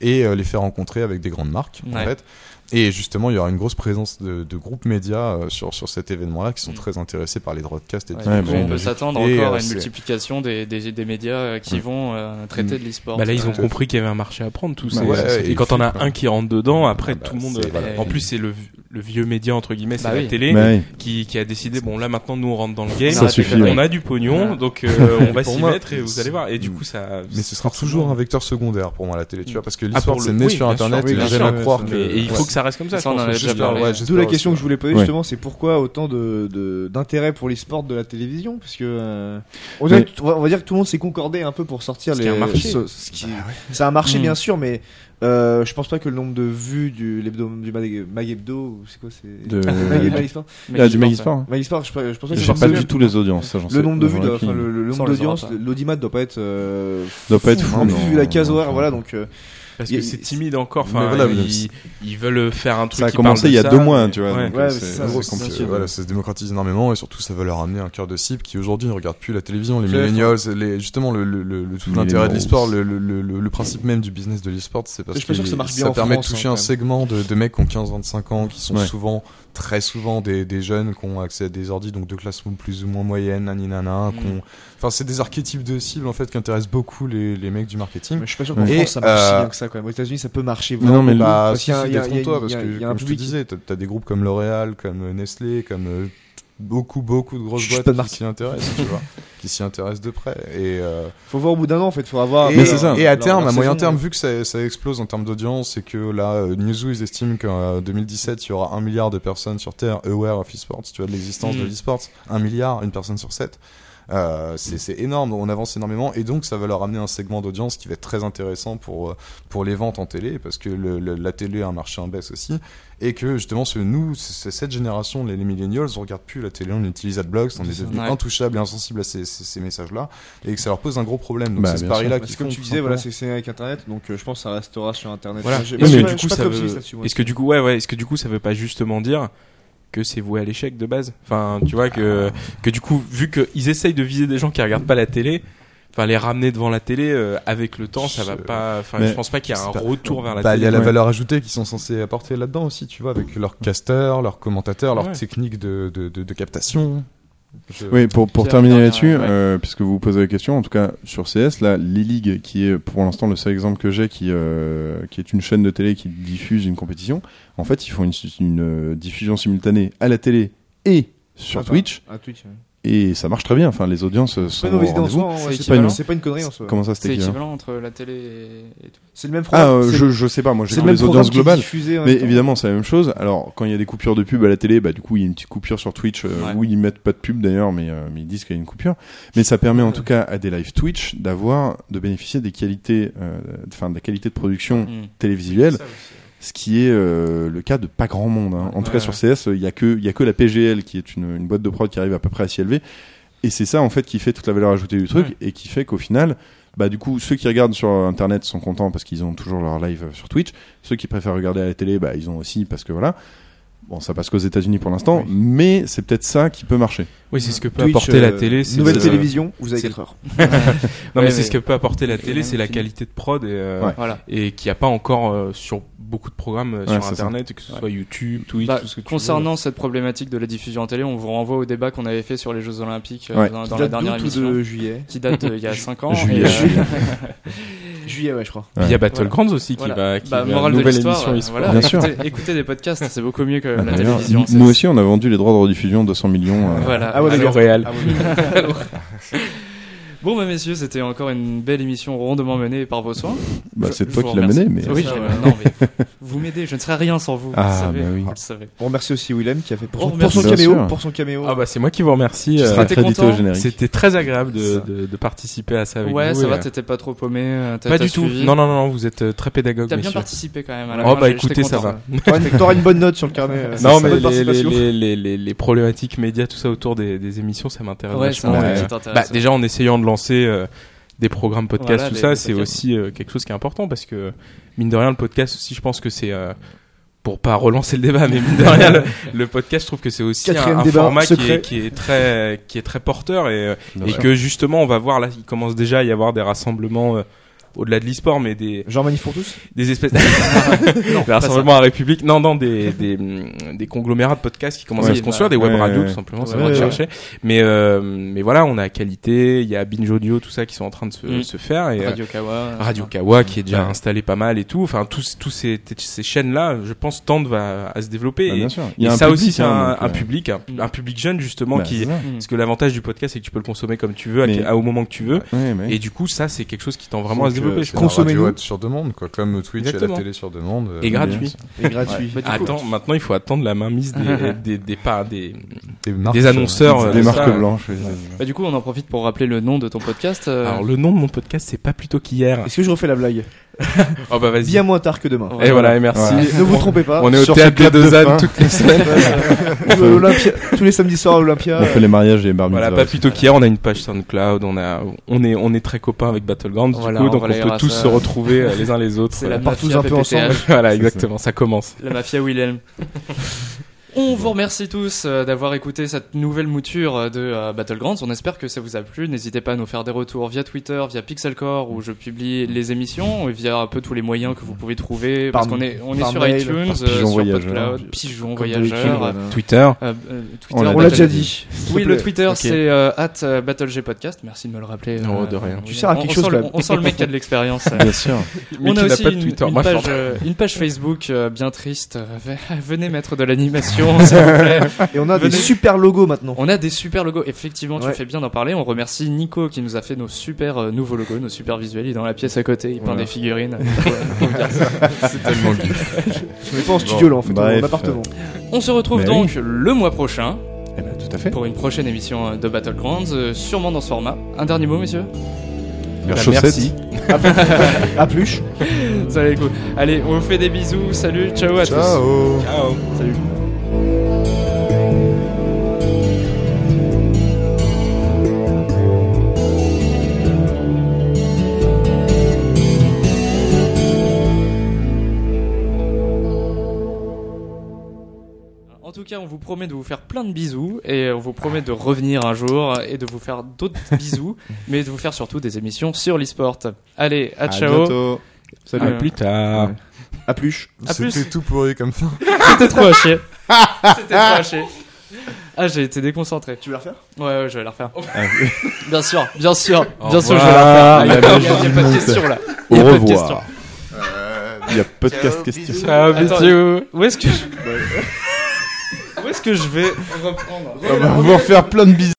et euh, les faire rencontrer avec des grandes marques en
Ouais.
fait. Et justement, il y aura une grosse présence de, de groupes médias euh, sur sur cet événement-là qui sont
Mm.
très intéressés par les broadcasts et
Ouais,
tout.
du
Ouais,
coup,
bon, bah,
on peut
logique.
s'attendre
Et,
encore
euh,
à une
c'est-
multiplication des, des, des médias euh,
Mm.
qui vont euh, traiter de l'e-sport.
Bah là, ils ont
Ouais.
compris qu'il y avait un marché à prendre, tous.
Bah
ces-
ouais,
ces-
et
et quand on a
puis,
un qui rentre dedans, après
Ah bah,
tout le monde.
c'est-
voilà.
En plus, c'est le, le vieux média entre guillemets, c'est
Bah
la
oui.
télé
Bah ouais.
qui, qui a décidé. Bon, là maintenant, nous on rentre dans le game.
On
Ça
arrête les
suffit,
conneries.
On a du pognon,
Ouais.
donc euh, on va
pour
s'y
moi,
mettre et vous allez voir. Et du coup, ça.
Mais ce sera toujours un vecteur secondaire pour moi la télé, tu vois, parce que
Ah, pour
l'histoire
le-
c'est né
oui,
sur
bien
internet
sûr, oui,
et
bien
j'aime
sûr,
à croire
Mais-
que.
Et il
Ouais.
faut que ça reste comme ça.
Ça,
je
on en
pense.
avait déjà
J'espère,
parlé.
ouais,
D'où
j'espère
la
aussi,
question que
ouais.
je voulais poser
Ouais.
justement, c'est pourquoi autant de de- d'intérêt pour l'e-sport de la télévision Parce que euh, on, dirait
Mais-
que t- on va- on va dire que tout le monde s'est concordé un peu pour sortir
Ce
les.
qui est un marché.
ce- ce
Bah
qui- C'est un marché
Hmm.
Mm.
bien sûr, mais euh, je pense pas que le nombre de vues du l'hebdo- du mag, Mag hebdo ou c'est quoi c'est
De-
Mag- Mag Esport
Mais
Ah,
je
du
pense,
Magisport.
Mag Esport, je, je pense pas que
Je
c'est
sais pas
le-
du tout les audiences, ça, j'en sais-
le nombre de vues,
j'en ai
doit-
aucune
enfin, le, le
Ça, on
nombre
les aura
d'audience,
pas.
l'audimat doit pas être euh,
Doit pas être fou,
hein,
non,
vu la case
non,
horaire,
non.
voilà donc. euh,
Parce
Il y
que
a-
c'est timide encore.
Mais
Enfin,
voilà,
ils, ils veulent faire un truc.
Ça a
qui parle
commencé
de
il y a
ça,
deux mois,
mais-
tu vois.
Ouais.
donc,
Ouais,
euh,
c'est ça,
c'est
c'est
c'est compliqué.
Euh, voilà, ça se démocratise énormément et surtout ça va leur amener un cœur de cible qui aujourd'hui ne regarde plus la télévision. Les
C'est
millennials, les, justement, le, le, le- le- tout
Les
l'intérêt de
millennials.
l'esport, le, le, le, le principe même du business de l'esport, c'est parce
Je suis pas sûr que ça marche bien en
permet
France,
de toucher
hein,
un
quand même.
segment de, de mecs qui ont 15-25 ans, qui sont
Ouais.
souvent, très souvent, des, des jeunes qui ont accès à des ordi, donc de classe plus ou moins moyenne, naninana. qui
Mm.
ont- Enfin, c'est des archétypes de cibles en fait qui intéressent beaucoup les, les mecs du marketing.
Mais je suis pas sûr qu'en
Et,
France ça marche si
euh,
bien que ça quand même. Aux États-Unis ça peut marcher.
Mais non, mais
vraiment
là-
Bah,
Parce
si,
qu'il y a-
si,
il y a-
détrompe-toi,
il y a-
parce
il y a
que,
un
comme je te
public.
disais, t'as t'as des groupes comme L'Oréal, comme euh, Nestlé, comme euh, beaucoup, beaucoup de grosses
Chut, pas de
boîtes
marque.
qui s'y intéressent, tu vois, qui s'y intéressent de près. Et, euh,
Faut voir au bout d'un an en fait, faut avoir.
et,
Mais c'est ça.
et à
leur-
terme,
leur
à moyen
saison,
terme,
ouais.
vu que ça, ça explose en termes d'audience et que là, euh, Newzoo, ils estiment qu'en euh, 2017, il y aura un milliard de personnes sur Terre aware of esports, tu vois, de l'existence de
Mm.
l'esports, un milliard, une personne sur sept. Euh, c'est c'est énorme, on avance énormément et donc ça va leur amener un segment d'audience qui va être très intéressant pour, euh, pour les ventes en télé parce que le- le- la télé a un marché en baisse aussi et que justement ce, nous, c- c- cette génération, les, les millennials, on regarde plus la télé, on utilise AdBlocks, on est devenus
Ouais.
intouchables et insensibles à ces, ces- ces messages-là et que ça leur pose un gros problème. Donc
Bah,
c'est ce
bien
pari-là
Parce
qui
que comme tu disais, voilà, c'est- c'est avec internet, donc euh, je pense que ça restera sur internet.
Voilà.
Moi, j'ai-
Oui,
moi, je
mais
suis pas-
du
je suis
coup,
pas
ça
comme
veut-
Cyril là-dessus, moi.
Est-ce que du coup, ouais, ouais, est-ce que du coup, ça veut pas justement dire que c'est voué à l'échec de base Enfin, tu vois que que du coup, vu qu'ils essayent de viser des gens qui regardent pas la télé. Enfin, les ramener devant la télé euh, avec le temps, ça va
Je-
pas. Enfin,
Mais
je pense pas qu'il y a un
c'est pas-
retour vers la
Bah, il
télé.
y a la
ouais.
valeur ajoutée qu'ils sont censés apporter là-dedans aussi, tu vois, avec leurs casteurs, leurs commentateurs, leurs
Ouais.
techniques de, de, de, de captation. Je-
Oui, pour, pour
Pierre,
terminer
Pierre,
là-dessus,
ouais.
euh, puisque vous posez la question, en tout cas sur CS, là, l'e-league, qui est pour l'instant le seul exemple que j'ai, qui, euh, qui est une chaîne de télé qui diffuse une compétition, en fait, ils font une, une, euh, diffusion simultanée à la télé et sur
Ah, bah.
Twitch,
Ah, Twitch. ouais.
et ça marche très bien. Enfin, les audiences euh, sont
C'est pas une
au
mauvaise idée en
rendez-vous.
soi, hein,
C'est
ouais, c'est pas,
équivalent.
une- c'est pas une connerie en soi.
Comment ça,
C'est
c'était équivalent
équivalent entre la télé et, et tout.
C'est le même
Ah,
programme.
euh,
c'est-
je, je sais pas, moi, j'ai
c'est le
vu
même
les
programme
audiences
qui est
globales.
diffusé en
Mais
même temps.
évidemment, c'est la même chose. Alors, quand il y a des coupures de pub à la télé, bah, du coup, il y a une petite coupure sur Twitch, euh,
Ouais.
où ils mettent pas de pub d'ailleurs, mais, euh, mais ils disent qu'il y a une coupure. Mais ça permet en tout cas à des live Twitch d'avoir, de bénéficier des qualités, euh, enfin, de la qualité de production
Hmm.
télévisuelle,
hein.
ce qui est euh, le cas de pas grand monde. hein. En tout
Ouais,
cas, sur CS, il y a que, il y a que la PGL qui est une, une boîte de prod qui arrive à peu près à s'y élever. Et c'est ça, en fait, qui fait toute la valeur ajoutée du truc
Ouais.
et qui fait qu'au final, bah, du coup, ceux qui regardent sur Internet sont contents parce qu'ils ont toujours leur live euh, sur Twitch. Ceux qui préfèrent regarder à la télé, bah, ils ont aussi parce que voilà. Bon, ça passe qu'aux États-Unis pour l'instant,
Oui.
mais c'est peut-être ça qui peut marcher.
Oui, c'est ce que peut
Twitch,
apporter la
euh,
télé. c'est-
Nouvelle
euh,
télévision, vous avez
c'est-
4 heures.
Non, mais
Ouais,
c'est
mais-
ce que peut apporter la
Et
télé,
même
c'est la
film.
qualité de prod et, euh,
Ouais.
Voilà.
et qu'il n'y a pas encore euh, sur beaucoup de programmes euh,
Ouais,
sur
c'est ça.
Internet, que ce
Ouais.
soit YouTube, Twitch,
Bah,
tout ce que tu
concernant cette problématique de la diffusion en télé, on vous renvoie au débat qu'on avait fait sur les Jeux Olympiques euh,
Ouais.
dans,
Qui
dans la
date
dernière
d'août ou
émission,
de juillet.
qui date d'il y a 5 ans.
Juillet.
et, euh,
Juillet.
Juillet, ouais, je crois.
veux. Il y a Battlegrounds aussi
voilà.
qui va. Qui
Bah,
va-
morale de
nouvelle
l'histoire,
émission
euh,
e-sport.
voilà,
Bien sûr.
écoutez, écoutez des podcasts, c'est beaucoup mieux que
Ah,
la
d'ailleurs,
télévision. c'est-
nous aussi, on a vendu les droits de rediffusion 200 millions. euh,
Voilà.
Ah ouais,
À
d'accord.
L'Oréal.
Ah oui.
Bon, bah, messieurs, c'était encore une belle émission rondement menée par vos soins.
bah,
Je-
c'est
je
toi
vous
qui l'as
remercie.
mené, mais.
Oui, je- non, mais vous m'aidez, je ne serais rien sans vous.
Ah,
vous le savez,
bah oui.
vous le savez.
On remercie aussi Willem qui a fait pour
On
son, pour
remercie.
son
Bien sûr.
caméo. Pour son caméo.
Ah bah c'est moi qui vous remercie.
Tu
euh,
seras
t'es
crédité
content
au générique.
C'était très agréable de,
Ça.
de, de participer à ça avec
ouais,
vous.
ça
et,
va,
euh,
t'étais pas trop paumé. euh, t'as-
Pas
t'as
du tout.
suivi.
Non, non, non, non, vous êtes euh, très pédagogue,
T'as bien
messieurs.
participé quand même à la
Oh
fin,
bah
j'étais
écoutez, ça
content.
va.
T'auras une- T'auras une bonne note sur le carnet. euh,
Non,
c'est
mais
bonne
les, les,
participation.
les, les, les, les problématiques médias, tout ça autour des, des émissions, ça m'intéresse
Ouais, c'est
vachement.
un
et,
truc
euh,
qui t'intéresse.
bah, déjà en essayant de lancer euh, des programmes podcast,
Voilà,
tout
des-
ça,
des
c'est
podcasts.
aussi euh, quelque chose qui est important parce que mine de rien, le podcast aussi, je pense que c'est euh, pour pas relancer le débat, mais mine de rien, le, le podcast, je trouve que c'est aussi un,
Quatrième
un
débat
format qui
secret.
est, qui est très qui est très porteur et, euh,
Bien
et
sûr.
que justement, on va voir là, il commence déjà à y avoir des rassemblements. euh, au-delà de l'e-sport, mais des,
Genre manif pour tous
des espèces des rassemblements à République non non des, des, mm, des conglomérats de podcasts qui commencent
Oui,
à se construire
bah,
des web
ouais,
radios
ouais.
tout simplement ça
Ouais,
va
ouais,
chercher mais euh, mais voilà on a qualité il y a Binge Audio tout ça qui sont en train de se,
Mm.
se faire et euh,
Radio Kawa.
Radio Kawa qui est déjà
Ouais.
installé pas mal et tout enfin tous tous ces ces chaînes là je pense tendent à, à se développer
Bah,
et,
bien sûr.
et ça aussi
public,
c'est
hein,
un,
donc,
un
euh,
public un, un public jeune justement
bah,
qui
c'est ça.
Mm.
parce que l'avantage du podcast c'est que tu peux le consommer comme tu veux à-
Mais-
à- au moment que tu veux
Ouais, mais-
et du coup ça c'est quelque chose qui tend vraiment à se
Donc,
développer
euh,
je
c'est
pense.
la radio
Consommez-nous.
web sur demande, quoi, comme Twitch et
Exactement.
la télé sur demande. euh,
et gratuit
Et gratuit.
Bah, du coup,
Attends, maintenant il faut attendre la mainmise des, des, des, pas- des,
des, marques,
des annonceurs.
euh,
euh,
Des
de
marques
ça.
blanches. oui.
Bah, du coup, on en profite pour rappeler le nom de ton podcast. euh,
Alors le nom de mon podcast, c'est pas plutôt qu'hier.
Est-ce que je refais la blague
Oh bah vas-y.
Bien moins tard que demain.
Ouais.
Et voilà, et merci.
Voilà.
Ne vous trompez pas.
On est au
Sur
théâtre
cette
des
note de
deux
fin.
ânes toutes les semaines.
Euh, Olympia- tous les samedis soirs à Olympia.
On fait les mariages et les bar
Oh voilà,
mitzvahs.
pas plutôt qu'hier. On a une page SoundCloud. On a, on est, on est très copains avec Battlegrounds.
Voilà,
du coup,
on
donc on
relayera
peut tous
ça.
se retrouver euh, les uns les autres.
C'est la
part tous
mafia
un peu
PPTH.
ensemble.
voilà,
C'est
exactement. Ça commence.
La mafia Wilhelm. On vous remercie tous euh, d'avoir écouté cette nouvelle mouture euh, de euh, Battlegrounds. On espère que ça vous a plu. N'hésitez pas à nous faire des retours via Twitter, via Pixelcore où je publie les émissions et via un peu tous les moyens que vous pouvez trouver. Parce
Par-
qu'on est, on est
par
sur
mail,
iTunes,
par
euh,
Pigeon
sur
Voyageur.
PodCloud, Pigeon
Comme
Voyageur,
d'habitude, voilà.
Twitter.
euh, euh, Twitter,
On l'a
On l'a déjà dit.
Oui, le
tweet
Twitter
Ok.
c'est euh, at, euh, BattleGPodcast. Merci de me le rappeler. euh,
Oh, de rien.
Tu sers à
on-
quelque
on
chose,
sent le-
quand même.
On sent le mec qui a de l'expérience.
Bien sûr.
on
Mais qui
a
n'a
aussi
pas de
une,
Twitter.
une
Bref,
page, euh, une page Facebook euh, bien triste. euh, venez mettre de l'animation Patreon, s'il vous plaît.
Et on a des
Venez.
super logos maintenant.
On a des super logos. Effectivement, tu
Ouais.
fais bien d'en parler. On remercie Nico qui nous a fait nos super euh, nouveaux logos, nos super visuels. Il est dans la pièce à côté, il peint
Voilà.
des figurines.
C'est tellement gay.
Je mets pas en studio là en fait,
Bref,
en appartement.
On se retrouve
Bah
donc le mois prochain
Eh ben, tout à fait.
pour une prochaine émission euh, de Battlegrounds, euh, sûrement dans ce format. Un dernier mot, messieurs
Leurs
Bah,
chaussettes.
Merci.
À plus.
Ça va les couilles. Allez, on vous fait des bisous. Salut, ciao à tous.
Ciao.
En tout cas, on vous promet de vous faire plein de bisous et on vous promet de revenir un jour et de vous faire d'autres bisous, mais de vous faire surtout des émissions sur l'e-sport. Allez, à, ciao.
bientôt. Salut.
Ah,
plus tard.
À plus.
À
C'était
plus.
tout pourri comme fin.
C'était trop à chier. C'était trop à chier. Ah, j'ai été déconcentré.
Tu veux la refaire
Ouais, ouais, je vais la refaire. bien sûr, bien sûr,
Au
bien sûr, je vais la
Ah,
revoir.
refaire. Il
La
n'y a,
magie
pas de
monte.
question là. Il
Au
y a pas de question.
revoir. Il y a podcast question.
Ah,
Attends,
bisous.
où est-ce que je... Où est-ce que je vais reprendre
On va vous refaire plein de bisous.